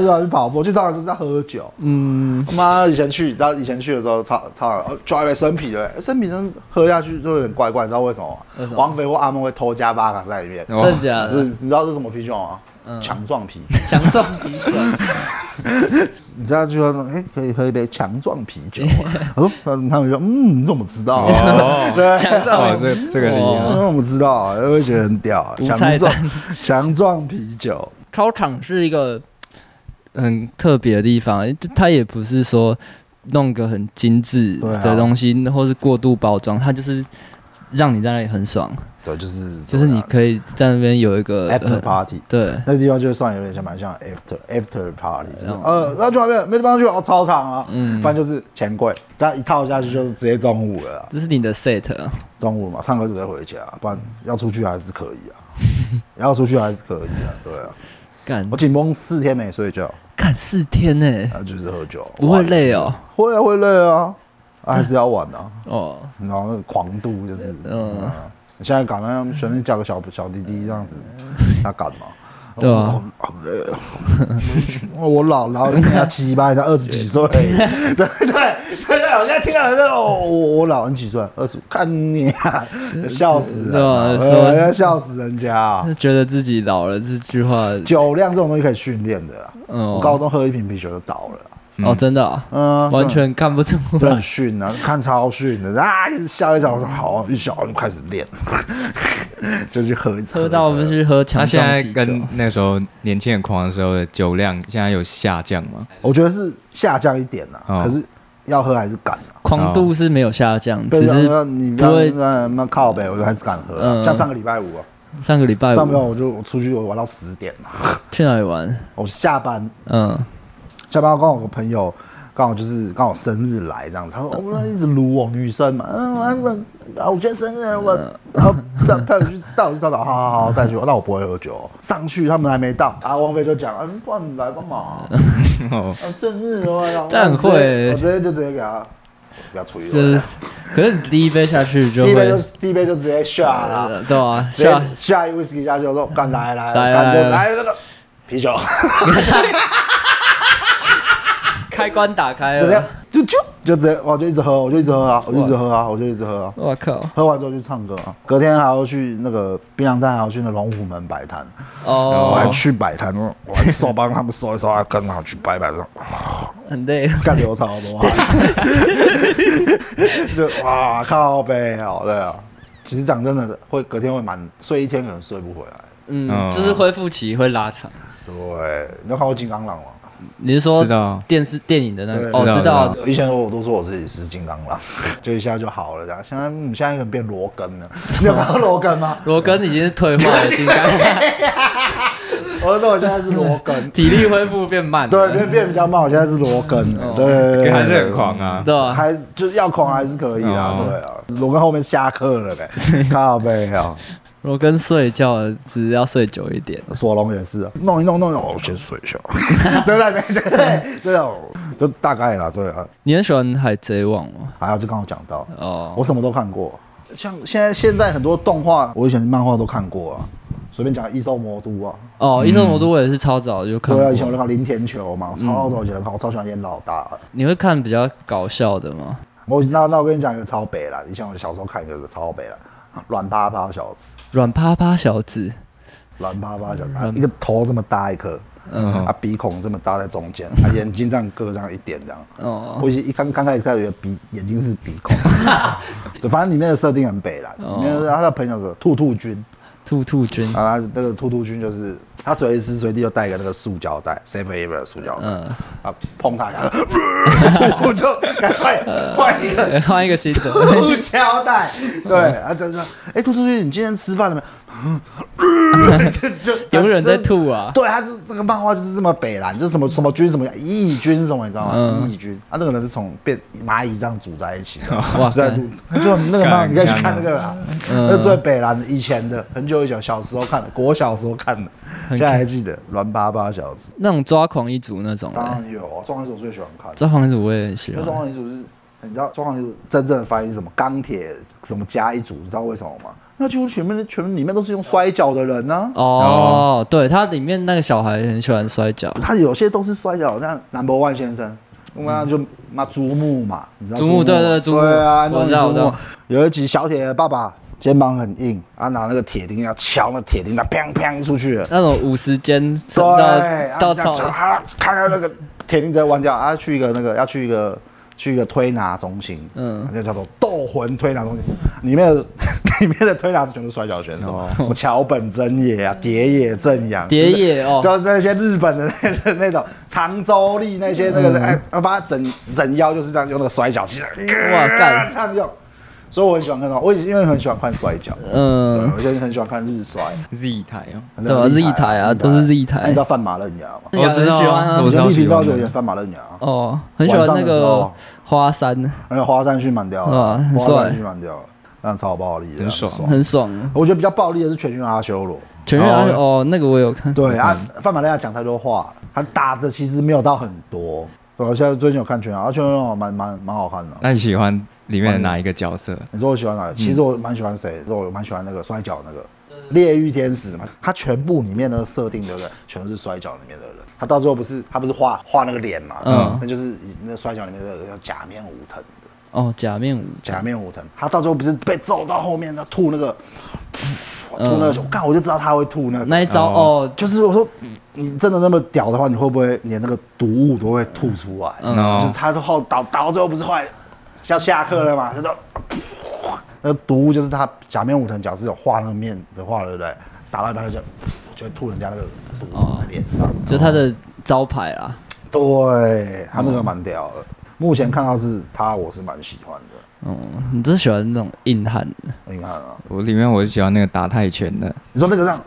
他妈去跑步，去操场就是在喝酒。嗯，他妈以前去，你知道以前去的时候，操操场呃就还没生啤的，生啤真的喝下去就有点怪怪，你知道为什么吗？为什么王菲或阿梦会偷加八嘎在里面，*laughs* 哦真假是的？你知道是什么啤酒吗？嗯强壮啤酒。强壮啤酒，你知道就说，哎、可以喝一杯强壮啤酒吗。 *laughs* 我说，嗯他们就说，嗯，你怎么知道、啊？哦 *laughs* 对，强哦，壮啤酒，这这个厉害哇，嗯，我们知道啊，就会觉得很屌啊， *laughs* 无强菜壮单强壮啤酒，操场是一个很特别的地方，它也不是说弄个很精致对啊的东西，或是过度包装，它就是让你在那里很爽，对，啊就是就是你可以在那边有一个 after 呃 party。对，那地方就算有点像蛮像 after after party，就是嗯呃，那去外面没地方去，哦，操场啊，嗯，不然就是钱柜，这样一套下去就是直接中午了啊，这是你的 set 啊。中午嘛，唱歌直接回家，啊不然要出去还是可 *laughs* 以啊，要出去还是可以啊，对啊，干我紧绷四天没睡觉，干四天呢、然后就是喝酒，不会累哦。会啊，会累啊，啊还是要玩啊。哦，然后那个狂度就是，嗯嗯，现在搞那随便叫个小小弟弟这样子，嗯他敢吗？对啊我，好累哦我老老人家七八，才二十几岁， *laughs* 对对对对，我现在听到这种，我我老人几岁？二十五，看你啊，笑死人啊！嗯对啊嗯说我要笑死人家啊！就觉得自己老了这句话，酒量这种东西可以训练的啦，嗯，我高中喝一瓶啤酒就倒了啦，哦，真的、啊，嗯，完全看不出 *laughs* 就来很。逊啊，看超逊的啊！一直笑一笑，我说好啊，一笑就开始练， *laughs* 就去喝一次喝到我们去喝强他现壮在啤酒跟，那时候年轻人狂的时候的酒量，现在有下降吗？我觉得是下降一点啦，哦可是要喝还是敢啊。狂度是没有下降，不只然是说你不不会要那那靠呗，我就还是敢喝啊、嗯哎像上个礼拜五啊，上个礼拜上个礼拜五五我就我出去我玩到十点嘛，去哪里玩？我下班嗯，下班刚好有个朋友刚好就是刚好生日来这样子，他说我们、哦、那一直撸我女生嘛，嗯，啊我啊我今天生日我然后带带我去带我去找找，好好好带去，那我不会喝酒哦，上去他们还没到，啊王菲就讲，嗯、不然你来干嘛？哦，啊生日哦，然后但很会欸我直接我直接就直接给他不要出去，就是，可是你第一杯下去就第一杯就会，第一杯就直接下了。呃对啊，直接下下一 whisky 下去，我说干来来来干来就来来那个啤酒，开关打开直接了，就就就直接我就一直喝，我就一直喝啊，我就一直喝啊，我就一直喝啊。我靠，喝完之后去唱歌啊，隔天还要去那个槟榔摊，还要去那龙虎门摆摊，我还哦，去摆摊，我我还手帮他们收一收，还跟他们去摆摆，说很累，干流超多啊， *laughs* 就哇靠背好累啊。其实讲真的，会隔天会蛮睡一天，可能睡不回来。嗯，哦就是恢复期会拉长。对，你有看过《金刚狼》吗？你是说知道电视电影的那个？对哦，知道知道，以前我都说我自己是金刚狼，就一下就好了这样。现在嗯现在可能变罗根了，你有看过罗根吗？罗根已经是退化的金刚， *laughs* 我说我现在是罗根，体力恢复变慢了，对，变变比较慢，我现在是罗根了，对对对可对，还是很狂啊。对吧？还是就是要狂还是可以啊，哦对啊，罗根后面下课了嘞，靠背啊，罗根睡觉只是要睡久一点，索隆也是啊，弄一弄弄一弄，哦我先睡一下，对对对对对，对啊，就大概啦，对啊，你很喜欢海贼王吗？还有就刚好讲到，哦，我什么都看过，像现在现在很多动画，我以前漫画都看过啊，随便讲《异兽魔都》啊。哦，嗯医生魔都我也是超早就看对啊，过嗯以前我就看林田球嘛，我超早以前看，我超喜欢演老大的。你会看比较搞笑的吗？我那那我跟你讲一个超北啦，以前我小时候看一个超北啦，软趴趴小子，软趴趴小子，软趴趴小子，啊一个头这么大一颗，嗯，啊鼻孔这么大在中 *laughs* 间，啊眼睛这样各这样一点这样。哦我一一刚刚开始看有鼻眼睛是鼻 *laughs* 孔，对，反正里面的设定哦很北啦。里面的他的朋友是兔兔君，兔兔君，啊，那个兔兔君就是他随时随地就带一个那个塑胶袋，Seven Eleven 的塑胶袋，嗯，啊，碰他一下，呃 *laughs* 我就赶快换一个哎换一个新 *laughs* 的，塑胶袋。对，啊，这说，哎，兔兔君，你今天吃饭了没？ *laughs* 呃就就永远在吐啊。对，他是这个漫画就是这么北蓝，就是什么什么军什么义军什么，你知道吗？嗯义军，他那个人是从变蚂蚁这样组在一起的，哇在干路，就那个干漫，你可以干去看啊那个啦，那最北蓝的以前的，很久以前小时候看的，国小时候看的，现在还记得软巴巴小子，那种抓狂一族那种当的，然有啊，中华女主最喜欢看，抓狂一族我也很喜因为中欢。华女主是。你知道中华女主真正的翻译是什么？钢铁什么加一组，你知道为什么吗？那几乎全面全里面都是用摔跤的人呢、哦，对，它里面那个小孩很喜欢摔跤，他有些都是摔跤，像南博万先生，我们就妈珠穆嘛，你知道珠穆吗对对珠穆对啊，我知道那种我珠知穆。有一集小铁的爸爸肩膀很硬，啊拿那个铁钉要敲那铁钉，他砰砰出去了，那种五十肩对，啊到到这样敲草，啊，看到那个铁钉直接弯掉，啊去一个那个要去一个去一个推拿中心，嗯嗯，那叫做斗魂推拿中心，里面的 *laughs* 里面的推拿是全都摔跤选手，什么桥本真也啊，蝶野正阳，哦嗯蝶野哦，就是那些日本的那那那种长州力那些那个嗯人，哎、把他整整腰就是这样用那个摔跤器，哇哇干这样用。所以我很喜欢看到，我因为很喜欢看摔跤，对嗯，我现在很喜欢看日摔， Z 台哦，很对啊厉害日台啊都是日台那你知道范马刃牙吗？我知道啊我知道啊，我知道我跟丽喜萍到欢有的演范马刃牙啊，哦，很喜欢那晚上的时个候花山，而且花山去蛮掉哇了，很帅花山去蛮掉了，那超暴力的，很爽很爽。我觉得比较暴力的是全军阿修罗，全员哦，那个我有看，对啊，范马利亚讲太多话了，他打的其实没有到很多。对我现在最近有看拳啊，啊拳王蛮蛮蛮好看的。那你喜欢里面的哪一个角色？你说我喜欢哪个？其实我蛮喜欢谁？说我蛮喜欢那个摔跤那个烈狱天使嘛，他全部里面的设定对不对？全都是摔跤里面的人。他到最后不是他不是画画那个脸嘛？嗯嗯，那就是那摔跤里面的人叫假面武藤的。哦，假面舞，假面武藤，他到最后不是被揍到后面，他吐那个，噗吐那个，我看我就知道他会吐那个。那一招哦哦，就是我说，你真的那么屌的话，你会不会连那个毒物都会吐出来？嗯就是他后倒倒到最后不是坏，要下课了嘛，他就，那毒物就是他假面武藤角是有画那个面的画，对不对？打到一半就就会吐人家那个毒物在脸上。就他的招牌啦，对他那个蛮屌的，目前看到是他，我是蛮喜欢的。嗯，你真喜欢那种硬汉的，你看啊，我里面我喜欢那个打泰拳的，你说那个让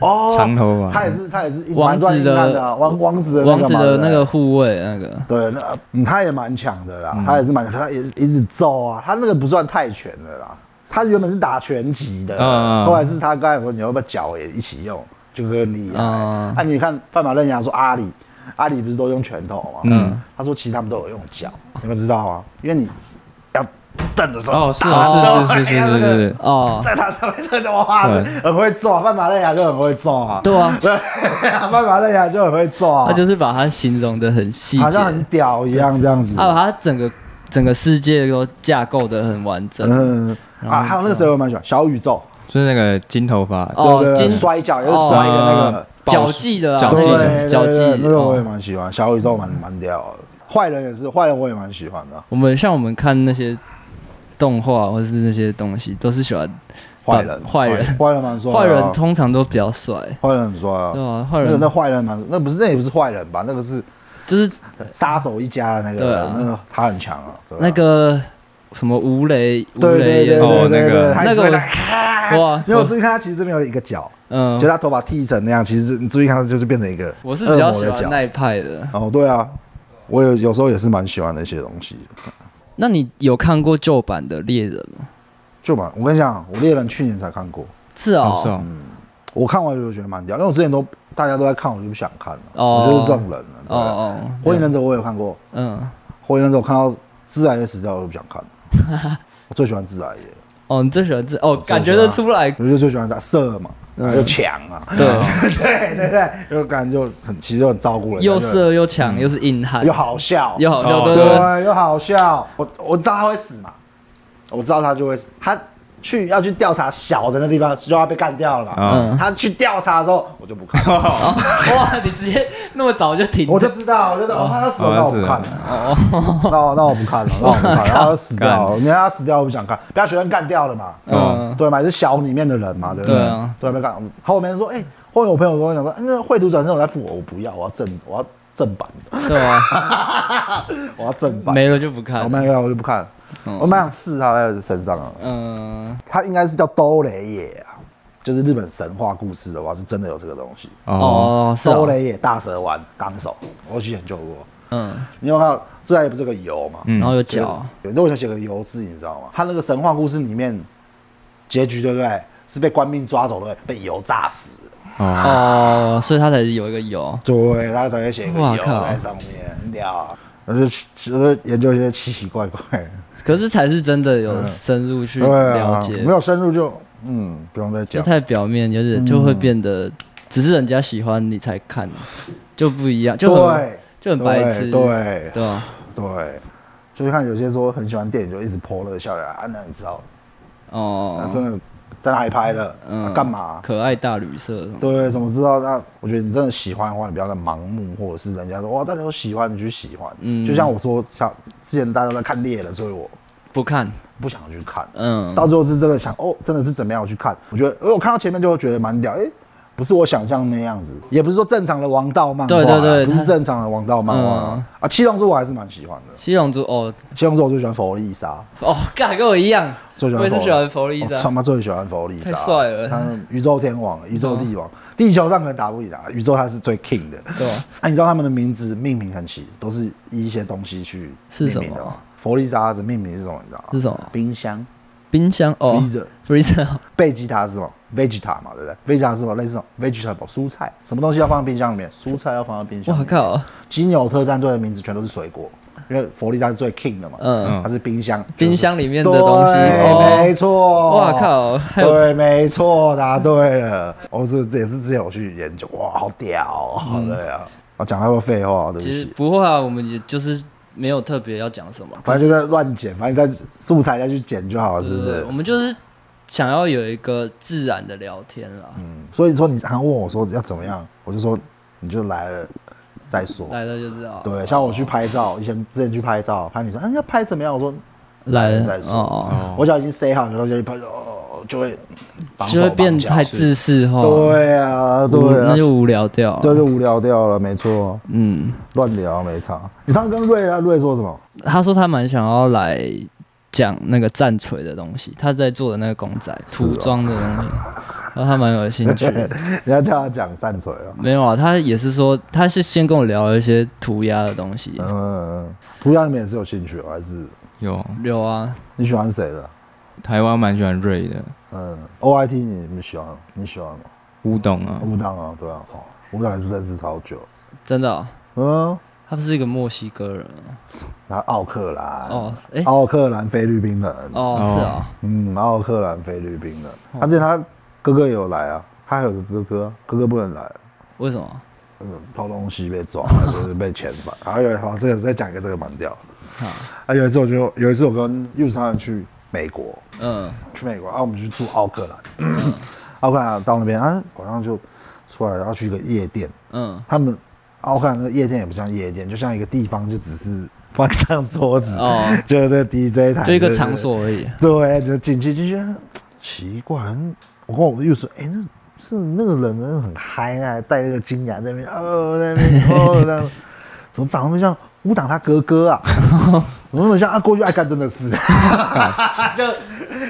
哦，长头发他也是他也是王子蛮算硬汉的啊王王子的那个王子嘛的对不那对个护卫那个，对，那嗯他也蛮强的啦，他也是蛮，他也一直揍啊，他那个不算泰拳的啦，他原本是打拳击的，嗯后来是他刚才说你要不要脚也一起用，就更厉害。嗯啊，你看范马刃牙说阿里，阿里不是都用拳头吗？嗯，他说其实他们都有用脚，你们知道吗？因为你要蹬的时候，哦，是打的时候哦，是是是哎呀是那个是是，哦，在他上面那就哇，对很会揍啊，范马刃牙就很会揍啊，对啊， *laughs* 对，范马刃牙就很会揍啊，他就是把它形容的很细节，好像很屌一样这样子。他把它整个整个世界都架构的哦很完整，嗯啊，还有那个谁我蛮喜欢，小宇宙，就是那个金头发，哦对对对金摔跤也是摔的那个哦，脚技的啦，脚对技那的个对脚技对，那个我也哦蛮喜欢，小宇宙蛮蛮屌的，坏人也是，坏人我也蛮喜欢的，我们像我们看那些动画或是那些东西，都是喜欢坏人，坏人坏人蛮帅的啊，坏人通常都比较帅，坏人很帅啊，对啊，坏那个人那坏人蛮，那不是那也不是坏人吧，那啊个是就是杀手一家的那对啊个，那个他很强啊，对啊那个什么吴雷，吴雷对对对也哦那对对个对，他那一个直会这我样啊哇， *laughs* 因为我注意看他其实这边有一个角，嗯就，他头发剃成那样，其实你注意看他就是变成一个我是比较恶魔喜的欢角那一派的。哦，对啊，我有有时候也是蛮喜欢那些东西的。那你有看过旧版的猎人吗？就嘛，我跟你讲，我猎人去年才看过，是哦是哦，哦，我看完就觉得蛮屌，因为我之前都大家都在看，我就不想看了，哦我就是这种人了。哦对啊，哦，火影忍者我也看过，嗯，火影忍者我看到自来也死掉，我就不想看了。 *laughs* 我最喜欢自来也，哦，你最喜欢这哦，最感觉喜欢得出来，我就最喜欢他色嘛，嗯还有强啊，对， *laughs* 对对对，又感觉就很，其实就很照顾人，又色又强又是硬汉，又好笑，又好笑，哦对对对，对，又好笑。我我知道他会死嘛，我知道他就会死。他去要去调查小的那地方，就要被干掉了嘛。嗯他去调查的时候，我就不看，哦哇，你直接那么早就停我就知道，我就知道哦，他要死了，哦那我不看了。那那我不 *laughs* 看了，那我不看了，他要死掉了，你看他死掉，我不想看，被他学生干掉了嘛。哦嗯，啊对嘛，也是小里面的人嘛，对不对？对啊对，被干。后面说，哎，后面我朋友跟我讲说，哎那绘图转身我再付我，我不要，我要正，我要正版的，对啊，我要正版。没了就不我看。没嗯有，我就不看了。我蛮想刺他在身上啊，嗯，他应该是叫兜雷野啊，就是日本神话故事的话，是真的有这个东西。哦，哦，是兜哦，雷野大蛇丸纲手，我去研究过。嗯，你有没有看到，自然也不是个油嘛，然后有就是脚，有时候我想写个油字，你知道吗？他那个神话故事里面结局对不对？是被官兵抓走的，被油炸死。哦，所以他才有一个有，对，他才会写一个哇油靠在上面，很屌啊！我就就是研究一些奇奇怪怪的，可是才是真的有深入去嗯对了啊解，，没有深入就嗯，不用再就讲。太表面，就是就嗯会变得只是人家喜欢你才看，就不一样，就很对，就很白痴，对对啊，对，就是看有些说很喜欢电影，就一直泼热笑脸啊，那你知道，那哦，啊真的在哪里拍的，嗯啊干嘛？可爱大旅社什么，对，怎么知道？那我觉得你真的喜欢的话，你不要再盲目，或者是人家说哇，大家都喜欢，你去喜欢。嗯，就像我说，像之前大家都在看猎了，所以我不看，不想去看。嗯，到最后是真的想哦，真的是怎么样我去看？我觉得，因为我看到前面就会觉得蛮屌，哎、不是我想象那样子，也不是说正常的王道漫画啊，对对对不是它正常的王道漫画啊、嗯啊。七龙珠我还是蛮喜欢的，七龙珠哦七龙珠我最喜欢佛利莎，哦，干跟我一样，最喜欢哦我也是喜欢佛利我萨他，妈最喜欢佛利莎，太帅了嗯他是宇宙天王，宇宙帝王，地球上可能打不赢他，宇宙他是最 king 的。对啊啊，你知道他们的名字命名很奇，都是以一些东西去是命什么名的吗？佛利莎的命名是什么？你知道吗？是什么？冰箱冰箱哦 freezer。 ，freezer，贝吉塔是什么？vegeta 嘛，对不对？vegeta 是什么？类似什么？vegetable 蔬菜，什么东西要放在冰箱里面？蔬菜要放在冰箱。我！靠，金牛特战队的名字全都是水果，因为佛利萨是最 king 的嘛，嗯它是冰箱，冰箱里面的东西，对没哦，错。哇靠还有对，没错，答对了。我是这也是之前我去研究，哇，好屌哦，好对啊。我讲太多废话，对不嗯其实起。不会啊，我们也就是没有特别要讲什么，反正就在乱剪，反正在素材再去剪就好了，是不对是呃我？们就是想要有一个自然的聊天啦，嗯所以说你还问我说要怎么样，我就说你就来了再说。来了就知道。对，像我去拍照，以前之前去拍照，拍你说，哎，要拍怎么样？我哦说，来了了再说嗯哦，我脚已经塞好了，然后就去拍，哦，就会绑手就会变绑脚太自私化，对啊，无对啊那，就无聊掉了。这就无聊掉了，没错，嗯，乱聊没差。你上次跟瑞啊，瑞说什么？ *laughs* 他说他蛮想要来讲那个战锤的东西，他在做的那个公仔哦涂装的东西， *laughs* 然后他蛮有兴趣的。你要叫他讲战锤了。没有啊，他也是说，他是先跟我聊了一些涂鸦的东西。嗯，涂鸦你们也是有兴趣哦，还是有有啊，你喜欢谁的？台湾蛮喜欢瑞的嗯，OIT 你们喜欢？你喜欢吗？乌董啊，武当啊，对啊，哦武当也是认识超久。真的哦、嗯，他不是一个墨西哥人啊然后奥克兰，哦，哎、奥克兰菲律宾人，哦，是啊、嗯，奥克兰菲律宾人。他之前他哥哥也有来啊，他还有个哥哥，哥哥不能来，啊为什么？嗯，偷东西被抓， *laughs* 就是被遣返。然后有一好，这个再讲一个这个蛮屌。啊，有一次我就有一次我跟柚子他们去美国，嗯，去美国啊，我们去住奥克兰， *clears throat* 奥克兰到那边啊，晚上就出来，然后去一个夜店，嗯，他们奥克兰那个夜店也不像夜店，就像一个地方，就只是放上桌子，哦 *laughs* 就是这个 DJ 台，就一个场所而已。对，就哎进去进去，奇怪，我跟我的又说，哎、那是那个人呢很嗨啊，戴那个金牙在那边，哦，在那边，哦，在那边，怎么长那么像武党他哥哥啊？怎么那么像啊？过去爱干真的是，就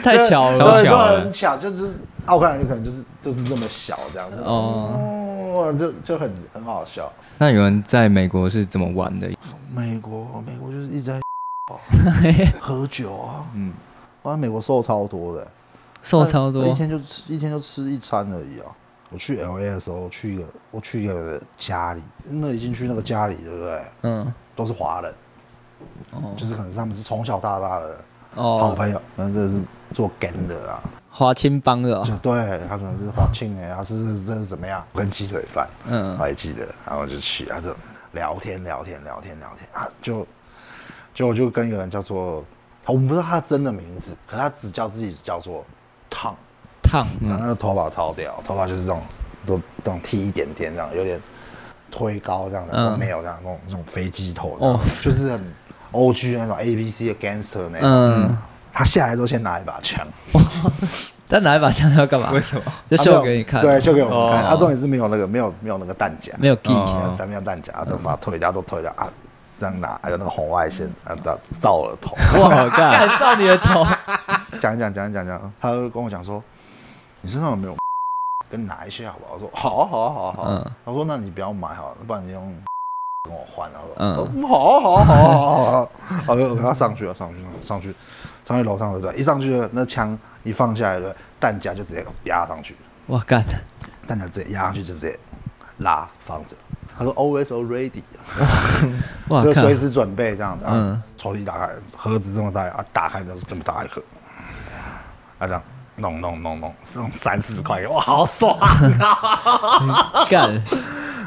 太巧了超对巧对了很巧，就是奥克兰有可能就是就是这么小这样子，哦，就就很很好笑。那有人在美国是怎么玩的？美国，美国就是一直在喝酒啊，嗯，我在美国瘦超多的、瘦超哦多一，天就吃一天就吃一餐而已啊。我去 L A 的时候，去一个我去一个人的家里，那一进去那个家里，对不对？嗯，都是华人，就是可能是他们是从小到大的好哦，朋友，那这是做 g 的啊，华清帮的、就哦，对他可能是华庆哎，他是这是怎么样？跟鸡腿饭，嗯我还记得，然后就去，他就聊天聊天聊天聊天啊，就就我就跟一个人叫做，我们不知道他的真的名字，可他只叫自己叫做烫。烫，然后那个头发超屌，头发就是这种都这种剃一点点这样，有点推高这样的，嗯都没有这样那种那种飞机头这样，哦就是很 O G 那种 A B C 的 gangster 那种。嗯他下来之后先拿一把枪，但拿一把枪要干嘛为？什么？就啊秀没有给你看，对，秀给我们看。哦他重点是没有那个，没有没有那个弹夹，没有 key，、哦啊，没有弹夹，这把退掉都退掉啊，这样拿，还有那个红外线啊，到到了头。 *laughs* 哇， *laughs* 干！敢照你的头，讲一讲，讲一讲，讲，他就跟我讲说，你身上有没 *laughs* 有？跟你拿一些好不好？我说好啊，好啊，好啊，好啊。嗯他说那你不要买好了，不然你用 *laughs* 跟我换。然后嗯我说好啊，好啊，好啊，好啊好啊。好，我跟他上去了，上去了，上去，上去楼上对不对？一上去了，那枪一放下来对不对，弹夹就直接压上去，哇干，弹夹直接压上去就直接拉放着。他说 always already，哇就靠随，时准备这样子。嗯嗯，抽屉打开，盒子这么大啊，打开就是这么大一颗，啊这样弄弄弄弄，弄三四块，哇，好爽 *laughs* 啊，干，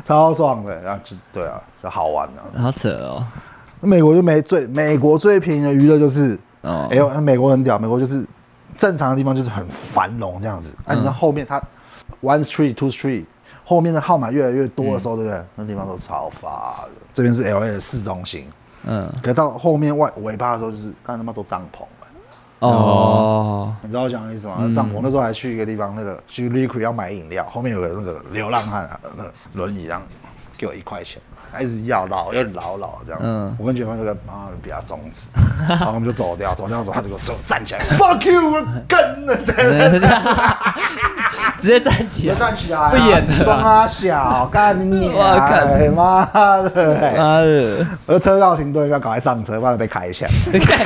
超爽的。然后就对啊，就好玩啊。好扯哦，那美国就没最，美国最便宜的娱乐就是，哦，哎呦，那美国很屌，美国就是正常的地方就是很繁荣这样子。啊，你知道后面它 one street two street。后面的号码越来越多的时候，对不对？那地方都超发的。这边是 L A 的市中心，嗯，可到后面外尾巴的时候，就是看他妈都帐篷了，哦，你知道我讲的意思吗？帐篷那时候还去一个地方，那个去 Liqui 要买饮料，后面有个那个流浪汉啊，那个轮椅这样给我一块钱，他一直要老要老老这样子，嗯我跟卷方就跟妈的比他中指，然后我们就走掉，走掉走，他就给我就站起来，fuck you，我跟 *laughs* 了谁？哎直接站起 *laughs* 别来，站起来啊、不演了啦装他小，干你娘！哇啊干哎妈的嘞！妈的，而车到停对面，赶快上车，不然被开枪。你看，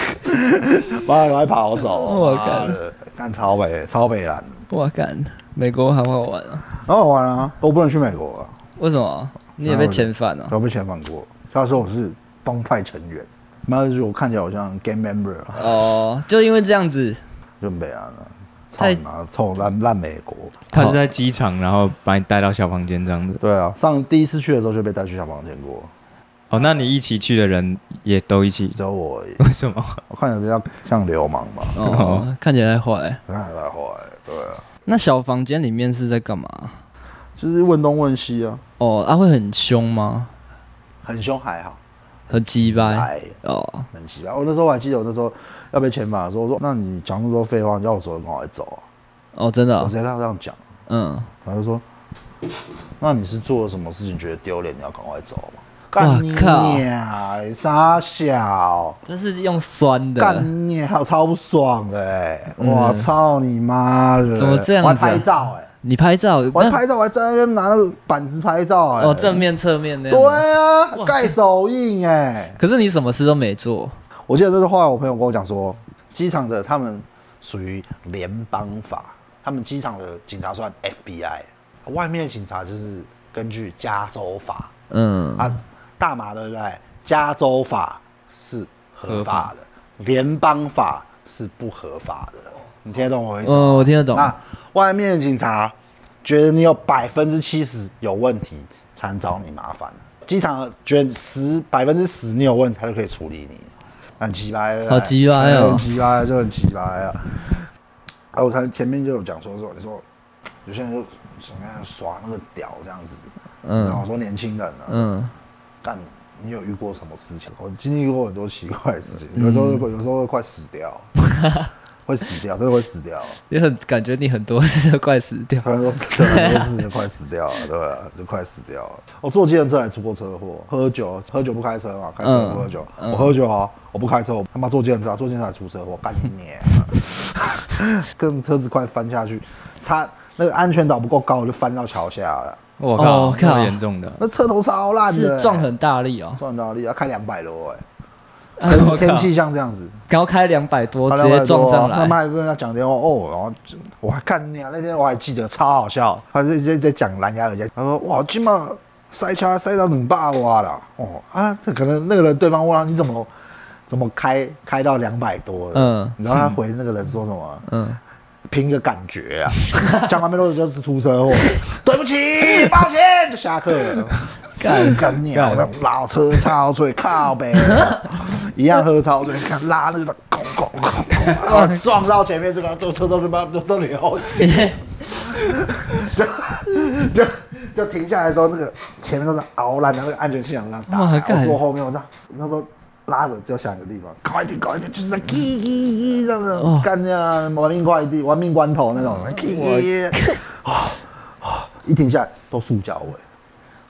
妈的，赶快跑走！我靠妈的，看超北超北蓝，哇干，美国好好玩啊，很好玩啊！我不能去美国、啊，为什么？你也被遣返啊了、我被遣返过。他说我是帮派成员，妈的，就是我看起来好像 gang member，啊哦，就因为这样 *laughs* 子，就北蓝了。啊操你妈！臭烂烂美国！他是在机场，然后把你带到小房间这样子。对啊，上第一次去的时候就被带去小房间过，哦，那你一起去的人也都一起？只有我而已。 *laughs* 为什么？我看起来比较像流氓吧，哦，看起来坏。我看起来坏。对啊，那小房间里面是在干嘛？就是问东问西啊，哦，他、会很凶吗？很凶还好，很鸡掰哎，哦，很奇怪。我那时候我还记得，我那时候要被遣返的时候，我说：“那你讲那么多废话，你要我走就赶快走啊！”哦，真的我哦、直接跟他这样讲，嗯，然后就说：“那你是做了什么事情觉得丢脸，你要赶快走吗？”哇干你靠娘！你傻小，这是用酸干的，你娘，超不爽的欸！我操你妈的！嗯怎么这样我还子啊拍照哎，你拍照，我还那拍照，我还在那边拿那个板子拍照哎。哦正面侧面那样对吗。啊，盖手印哎。可是你什么事都没做，我记得这是后来我朋友跟我讲说，机场的他们属于联邦法，他们机场的警察算 FBI，外面的警察就是根据加州法嗯，啊，大麻对不对？加州法是合法的，联邦法是不合法的。你啊听得懂我意思吗？哦，我听得懂，那外面的警察觉得你有百分之七十有问题，才能找你麻烦。机场觉得十百分之十你有问题，他就可以处理你，很奇葩的，好奇葩哦很奇葩，就很奇葩啊！啊，我才前面就有讲说说，你说有些人就想看耍那个屌这样子，嗯然后说年轻人呢、嗯，干，你有遇过什么事情？我经历过很多奇怪的事嗯情，有时候会有时候会快死 *laughs* 掉，会死掉，真的会死掉。你很感觉你很多事都快死 *laughs* 掉，可能都是，可能都是快死掉了，对吧？就快死掉了。我坐计程车还出过车祸，喝酒，喝酒不开车嘛，开车不喝酒。我喝酒哦，我不开车，我他妈坐计程车啊，坐计程车还出车祸，干你娘！啊 *laughs* 跟车子快翻下去，差那个安全岛不够高，我就翻到桥下了。我哦靠，靠超严重的。那车头超烂的、欸是撞很大力哦，撞到力，要开两百多 *laughs* 哎、天天气像这样子，然后开两百多他直接撞上他妈来，还跟他讲电话哦，然后我还看你啊，那天我还记得超好笑，他是在在讲蓝牙耳机，他说哇，今嘛塞车塞到两百瓦了，哦啊，这可能那个人对方问他你怎么怎么开开到两百多了，嗯嗯，你知道他回那个人说什么？嗯，凭个感觉啊， *laughs* 讲完没多久就是出车祸， *laughs* 对不起，抱歉，就下课了。干干你啊！我在拉车超醉，靠呗，一样喝超醉，看拉那个空空空空，然后撞到前面这个，都车都他妈都都流血，就 *laughs* 就停下来的时候，那个前面都是熬烂的，那个安全气囊这样打哇开，干我坐后面我这样，那时候拉着就要想一个地方，赶快点，赶快点，就是在叽叽叽这样子干这样，啊玩命快递、玩命关头那种，叽叽叽，啊啊，一停下来都塑胶味，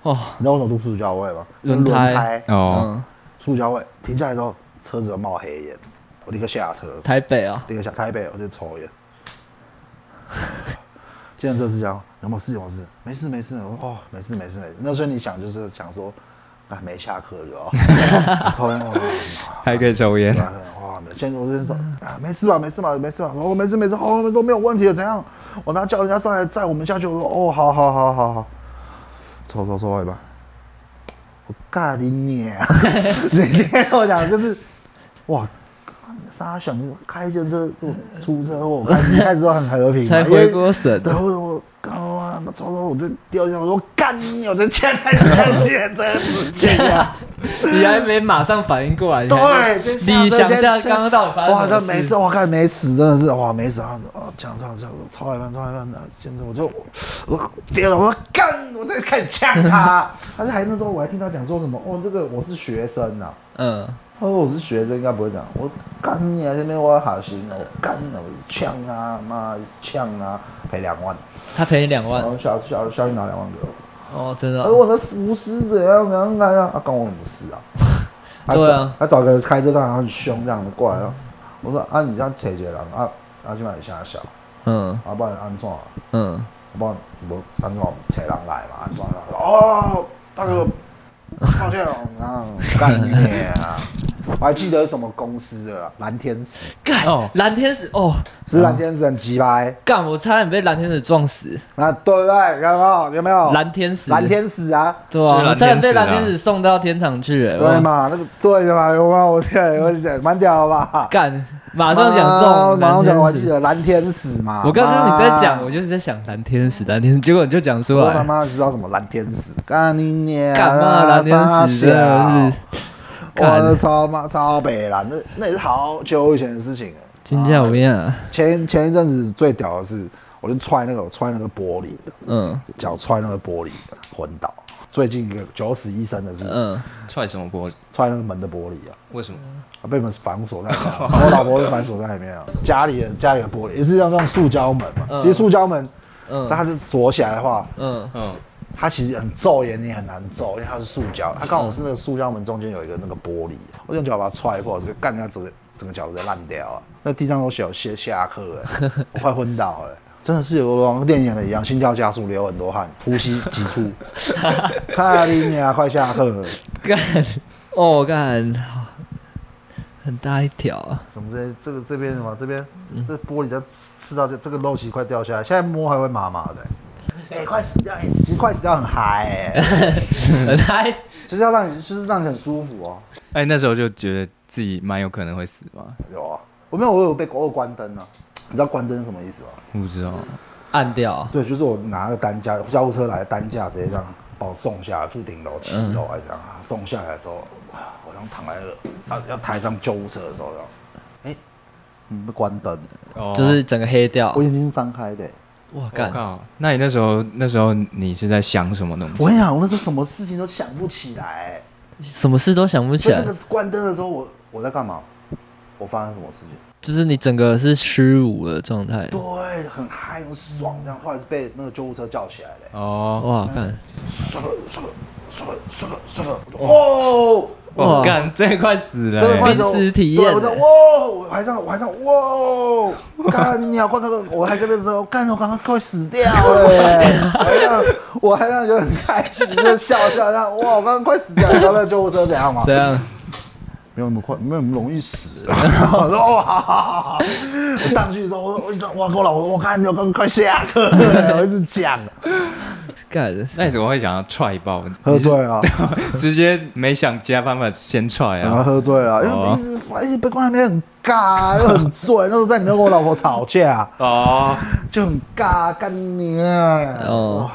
*laughs* 哦，你知道为什么都塑胶味吗？轮胎胎哦，嗯，塑胶味，停下来之后车子有冒黑烟，我立刻下车，台北啊，立刻下台北，我就抽烟。计程车司机讲有没有事？有没有事？没事没事。我说哦，没事没事没事。那时候你想就是想说，啊没下课就好， *laughs* 抽烟哦哇，还可以抽烟 *laughs* 对，啊，哇，先我先说啊，没事吧，没事吧，没事吧，哦，没事没事，哦，没事没有问题的，怎样？我拿叫人家上来载我们下去，我说哦，好好好好好，抽抽抽到一半，我干你娘！ *laughs* 你听我讲，就是哇。沙想开电车出车祸，我开始一开始都很和平嗯嘛，才因为回过神对，我我靠啊！那抽抽我这掉下，我说干你！我这欠还欠欠这死欠啊！你还没马上反应过来，你还对，先你车想先一下先刚刚到底发哇，生他什没么事，事？我看没死，真的是哇没死啊！哦，这样这样这样，超来半超来半的，现在我就我跌了，我说干，我在开始呛他。但是还那时候我还听他讲说什么哦，这个我是学生呐、啊。嗯，他说我是学生，应该不会这样。我干你啊！这边我好心啊，我干啊，我呛啊，妈呛啊，赔两万，他赔你两然万后小小小去拿两万给我。哦，真的而哦，哎我的服饰怎样怎样怎样，啊，关我什么 *laughs* 事啊？他对找啊，他找个人开车上来很凶这样的过来了。我说啊，你这样解决了啊，啊，去买下小，嗯啊，不然安怎？啊，嗯，不然我安怎找人来嘛？安怎？哦，*laughs* 大哥，抱歉哦，啊，干你啊！我还记得是什么公司的啦蓝天使，干哦蓝天使哦，是蓝天使很鸡掰，干我差点被蓝天使撞死，那对不对？有没有？有没有？蓝天使，哦蓝天使啊，对啊，就是我差点被蓝蓝天天使使送到天堂去，哎对？嘛？那个对的嘛？有吗？我这个我这蛮屌的吧我？干，马上想啊中，马上讲，我蓝天还记使。得蓝天使嘛。我刚刚你在妈讲，我就是在想蓝天使，蓝天使，结果你就讲出我他来，妈知道什么蓝天使？干你娘！啊干嘛蓝天使真的是，我干的超妈超北蓝，那那也是好久以前的事情了。今天我跟你讲，前前一阵子最屌的是，我就踹那个我踹那个玻璃的，嗯脚踹那个玻璃的昏倒。最近一个九死一生的是嗯，踹什么玻璃？踹那个门的玻璃啊。为什么？啊被门反锁在里面啊， *laughs* 我老婆被反锁在里面啊。家里的家里的玻璃也是像这种塑胶门嘛，嗯其实塑胶门，嗯它是锁起来的话，嗯嗯，它其实很皱也你很难皱，因为它是塑胶，它刚好是那个塑胶门中间有一个那个玻璃，啊我用脚把它踹破，这个干它整个整个脚都在烂掉啊，那地上都小下下课了，我快昏倒了。真的是有个像电影演的一样，心跳加速，流很多汗，呼吸急促， *laughs* 看你娘，快下课了，干，哦干，很大一条啊，什么这这个这边什么这边这玻璃在吃到这这个肉其实快掉下来，现在摸还会麻麻的、 *laughs* 哎、快死掉！哎、其实快死掉很嗨、 *laughs* 哎，很大一，就是要让你，就是让你很舒服哦。哎，那时候就觉得自己蛮有可能会死吧？有啊，我没有，我有被我有关灯啊。你知道关灯是什么意思吗？不知道，按掉，对，就是我拿个担架，救护车来的担架直接这样把我送下来，住顶楼七楼还是这样啊，送下来的时候，哇，我像躺在那个要要抬上救护车的时候，然后，哎、嗯，被关灯，哦就是整个黑掉我，眼睛是张开的、哇我哦干，靠！那你那时候那时候你是在想什么东西？我跟你讲，我那时候什么事情都想不起来、什么事都想不起所以来那个，关灯的时候，我我在干嘛？我发生什么事情？就是你整个是虚无的状态，对，很嗨，很爽，这样。后来是被那个救护车叫起来的、哦，哇干，摔了，摔了，摔了，摔了，摔了。我就哦，哇我干，真的快死了真的欸！快走濒死体验对我在欸哇，我还上，我还上哇，看你鸟，快快快！我还跟那时候，干，我刚刚快死掉了欸，我还让我还让人很开心，就笑笑，让哇，我刚刚快死掉了，你知道那个救护车怎样吗？这样，没有那么快，没有那么容易死。我说哇，好好好我上去之后，我我一直哇，跟我老婆说，我看你有刚快下课了，我一直讲，干，那你怎么会想要踹 *laughs* 爆？喝醉了，直接没想其他方法先踹然后啊？喝醉了，因为一直一直被关在那边很尬，又很醉，那时候在里面跟我老婆吵架，哦，就很尬，干你啊！哦哇，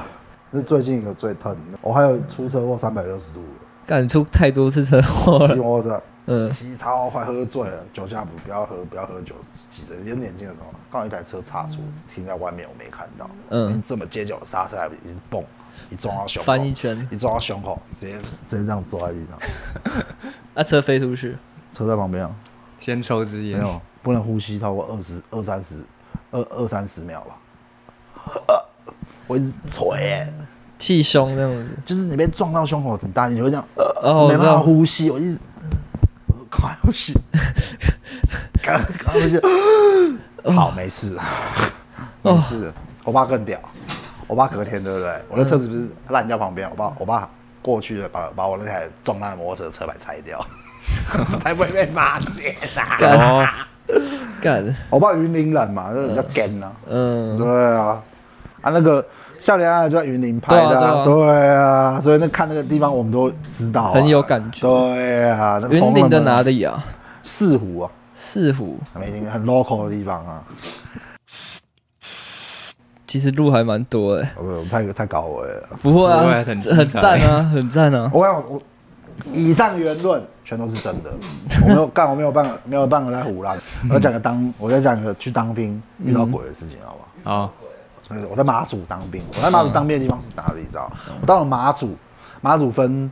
这是最近一个最疼的，我还有出车祸三百六十度了。干出太多次车祸骑 *laughs* 了，摩托车，嗯骑超快，喝醉了，酒驾不不要喝，不要喝酒，骑着，因为年轻的时候，刚好一台车插出，停在外面，我没看到，嗯嗯，这么接近，我刹车还一直蹦，一撞到胸口，翻一圈一撞到胸口，直接直接这样坐在地上，啊那车飞出去，车在旁边啊，先抽支没烟，有不能呼吸超过二十二三十二二三十秒吧。 *laughs* 我一直捶、欸，气胸这样子。就是你被撞到胸口很大力，你会这样，呃，哦，我没知办法道，呼吸，我一直，呃快呼 *laughs* 吸，快快呼吸，哦好，没事，没事。我爸更屌，我爸隔天对不对？我的车子不是烂掉旁边，我爸我爸过去了，把把我那台撞烂的摩托车的车牌 *laughs* 拆掉，才不会被发现啊！干干，我爸云林人嘛，就是比较干呐、嗯，对啊，啊那个笑脸爱就在云林拍的、对对啊，所以那看那个地方我们都知道啊、很有感觉对啊，那云林的哪哪里啊？四湖啊，四湖，没听很 local 的地方啊，其实路还蛮多的。我我太太搞我了。欸不会不会啊，很精彩很赞啊，很赞啊。我想我以上言论全都是真的，我没有干，我没有办法，没有办法在胡乱。我讲个当，我再讲个去当兵遇到鬼的事情，好不好？好，就是我在马祖当兵，我在马祖当兵的地方是哪里？你知道？我到了马祖，马祖分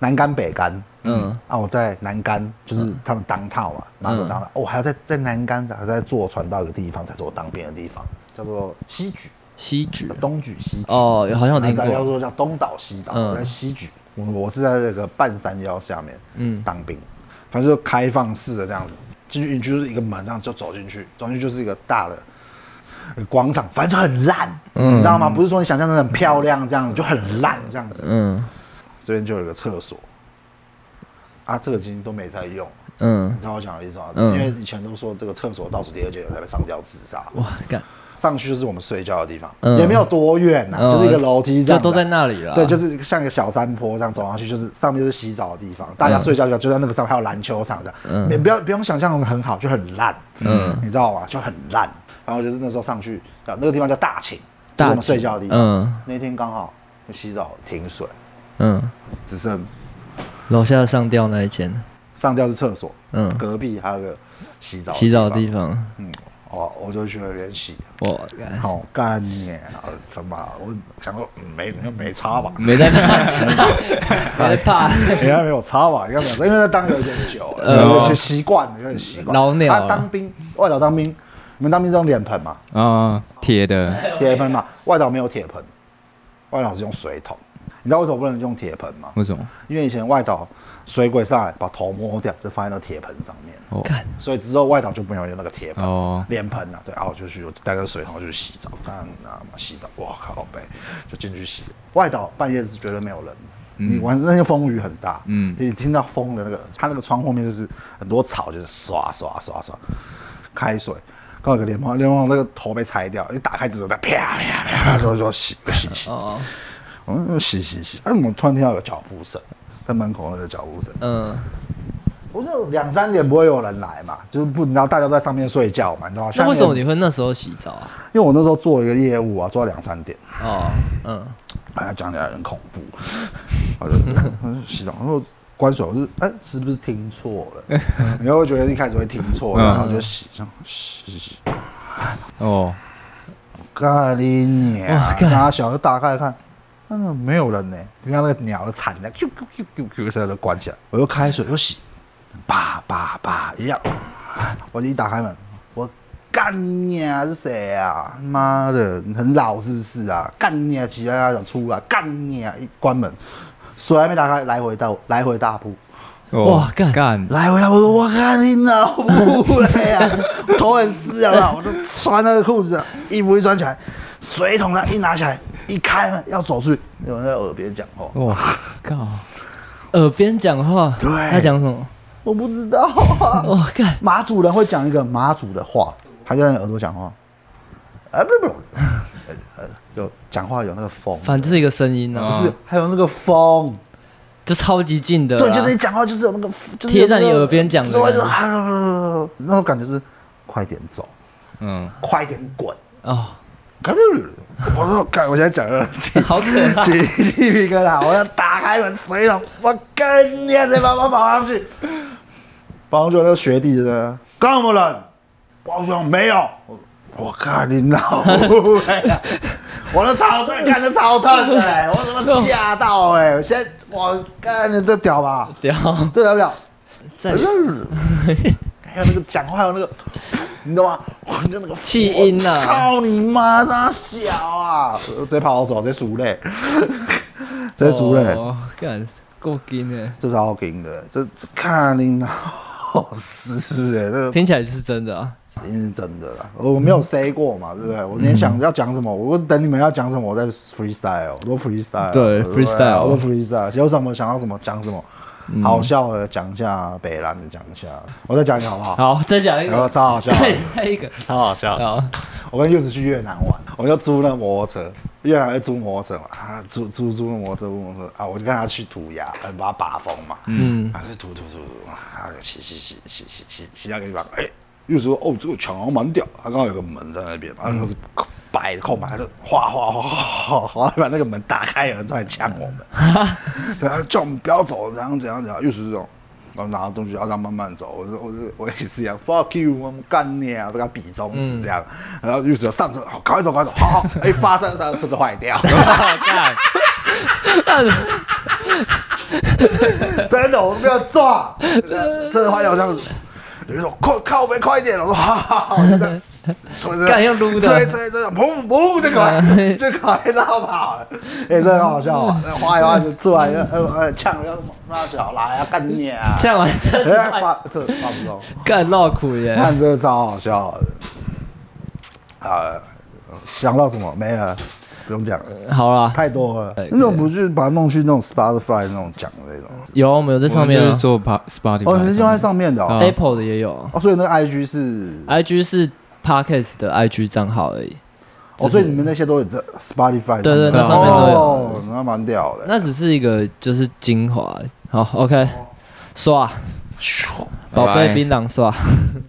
南干北干。嗯，啊，我在南干，就是他们当套嘛，马祖当套。哦，我还要在在南干，还要再坐船到一个地方，才是我当兵的地方，叫做西莒，西莒东莒西莒。哦，好像有听大家过。说叫东岛西岛，嗯我在西莒，我我是在那个半山腰下面，嗯，当兵，反正就开放式的这样子，进去你就是一个门，这样就走进去，走进去就是一个大的呃广场，反正就很烂，嗯你知道吗？不是说你想象中很漂亮这样子，就很烂这样子。嗯这边就有一个厕所，啊，这个已经都没在用，嗯你，知道我讲的意思吗？嗯因为以前都说这个厕所倒数第二间有才被上吊自杀，哇，干，上去就是我们睡觉的地方，嗯也没有多远呐、嗯就是一个楼梯这就样子都啊，在那里了。对，就是像一个小山坡这样走上去，就是上面就是洗澡的地方，大家睡觉的地方就在那个上面，还有篮球场这嗯样，你不要不用想象很好，就很烂，嗯，你知道吗？就很烂。然后就是那时候上去，啊，那个地方叫大寝，就大是寝我们睡觉的地方。嗯那天刚好洗澡停水，嗯，只剩楼下上吊那一间，上吊是厕所，嗯隔壁还有个洗澡洗澡的地地方，方。嗯，哦，我就去那边洗。哇，干，好干耶！啊什么啊？我想说嗯没没差吧，没在 *laughs* 怕，没在怕。应 *laughs* 该没有差吧？应该没有差，因为他当有点久 *laughs* 了，呃有些习惯，有点习惯。老鸟啊，当兵，外岛当兵，你们当兵是用脸 *laughs* 盆嘛？啊，铁的，铁盆嘛，外岛没有铁盆，外岛是用水桶。你知道为什么不能用铁盆吗？嗯为什么？因为以前外岛水鬼上来把头摸掉，就放在那铁盆上面，哦干，所以之后外岛就没有用那个铁盆。哦，脸盆啊，对，然后我就去，我带个水桶我就去洗澡，看啊，洗澡，哇靠呗，就进去洗。外岛半夜是绝对没有人的，嗯你晚那些风雨很大，嗯嗯，你听到风的那个，它那个窗后面就是很多草，就是刷刷刷刷，开水。刚好有个莲蓬，莲蓬那个头被拆掉，一打开之后，它啪啪啪，就就洗洗洗，哦，嗯，洗洗洗。哎，我们突然听到有脚步声，在门口那个脚步声，嗯我就两三点不会有人来嘛，就是不，你知道大家都在上面睡觉嘛，你知道吗？那为什下面么你会那时候洗澡啊？因为我那时候做一个业务啊，做到两三点，哦，嗯，哎，讲起来很恐怖。 *laughs* 我就我就洗澡，然后关水，我就哎、是不是听错了？你就会觉得一开始会听错，然后就洗，这样洗洗洗，哦，咖喱鸟哇，干然后小孩大概看，嗯，没有人呢、只听到那个鸟的惨叫，Q Q Q Q Q 声就关起来，我又开水又洗，叭叭叭一样，我一打开门，我干你娘是谁啊？妈的，你很老是不是啊？干你娘起来想出来，干你娘一关门，水还没打开，来回到来回大步。哦哇干干，来回来，我说我看你脑部了呀，头很湿啊，我就穿那个裤子，衣服一穿起来，水桶呢一拿起来，一开门要走出去，有人在耳边讲话， *laughs* 哇哦靠，耳边讲话，对他讲什么？我不知道啊。哇，干，马主人会讲一个马主的话，还在你耳朵讲话，啊不不，呃呃有讲话有那个风，反正就是一个声音不啊，是还有那个风，就超级近的啦。啊对，就是你讲话就是有那个，就是贴在你有那个耳边讲的就是会感觉啊那种感觉是快点走， *laughs* 嗯，快点滚。哦，可是我说，看我现在讲的起好可怕。起鸡皮疙瘩，我要打开门水桶，我跟你再把我跑上去，跑上去我那个学弟呢，干什么人？包兄没有，我我看你脑雾哎呀，我都超痛，看的超痛的、哎，我怎么吓到哎、我现在我看你这屌吧，屌，这屌不屌？在还有那个讲话，还有那个，你懂吗？我就那个气音啊我操你妈，傻小啊！直接跑走，*laughs* 直接输嘞，直接输嘞，哦，干够劲的，这是好劲的，这这看你好死哎，这个听起来就是真的啊。一定是真的啦。我没有 say 过嘛，对不对？我连想要讲什么，我等你们要讲什么，我再 freestyle，我都 freestyle，对不 freestyle 嗯我都 freestyle，有什么想要什么讲什么，好笑的讲一下，北兰的讲一下，我再讲一个好不好？好，再讲一然后个，超好笑的，对， *laughs* 再一个，超好笑的。好，我跟柚子去越南玩，我们就租那摩托车，越南会租摩托车嘛，啊，租租租那摩托车，租摩托车啊，我就跟他去涂鸦，呃把它把风嘛，嗯，啊，就涂涂涂涂，啊，骑骑骑骑骑骑骑到一个地方，哎、柚子说哦，这个墙好像蛮屌，他刚好有个门在那边嘛，然后是白的空白，他就哗哗哗哗哗，把那个门打开，有人在抢我们，对，他就叫我们不要走，怎样怎样怎样，柚子这种。然后拿到东西，让他慢慢走。我说，我说，我也是一样，fuck you，我们干你啊，被他比中嗯指这样。然后就只有上车，好，赶快走，赶快走，好好，哎，发生上车子坏掉， *laughs* 干，真的，我们不要撞，车子坏掉这样子。你说快靠边快一点，我说好好好，就这样推车干用撸的嗯推推推，砰砰就搞 *laughs* 就搞到跑了，哎，真的很好笑啊！那画一画就出来，呃呃，呛要什么？那小来啊，干你啊！这样完这哎，发 *laughs* 这发不动。 *laughs* 干闹苦耶，看这个超好笑的。啊，想到什么没了？不用讲了，好啦，太多了哎。那种不是把它弄去那种 Spotify 那种讲的那种？有我们有在上面我们啊就是做 pa- Spotify，哦，你是用在上面的哦。啊，Apple 的也有哦，所以那个 IG 是，IG 是 Podcast 的 IG 账号而已。哦，所以你们那些都有这 Spotify 对对那那上面都有哦，那蛮屌的。那只是一个就是精华。好，OK，刷，宝拜贝拜槟榔刷。哎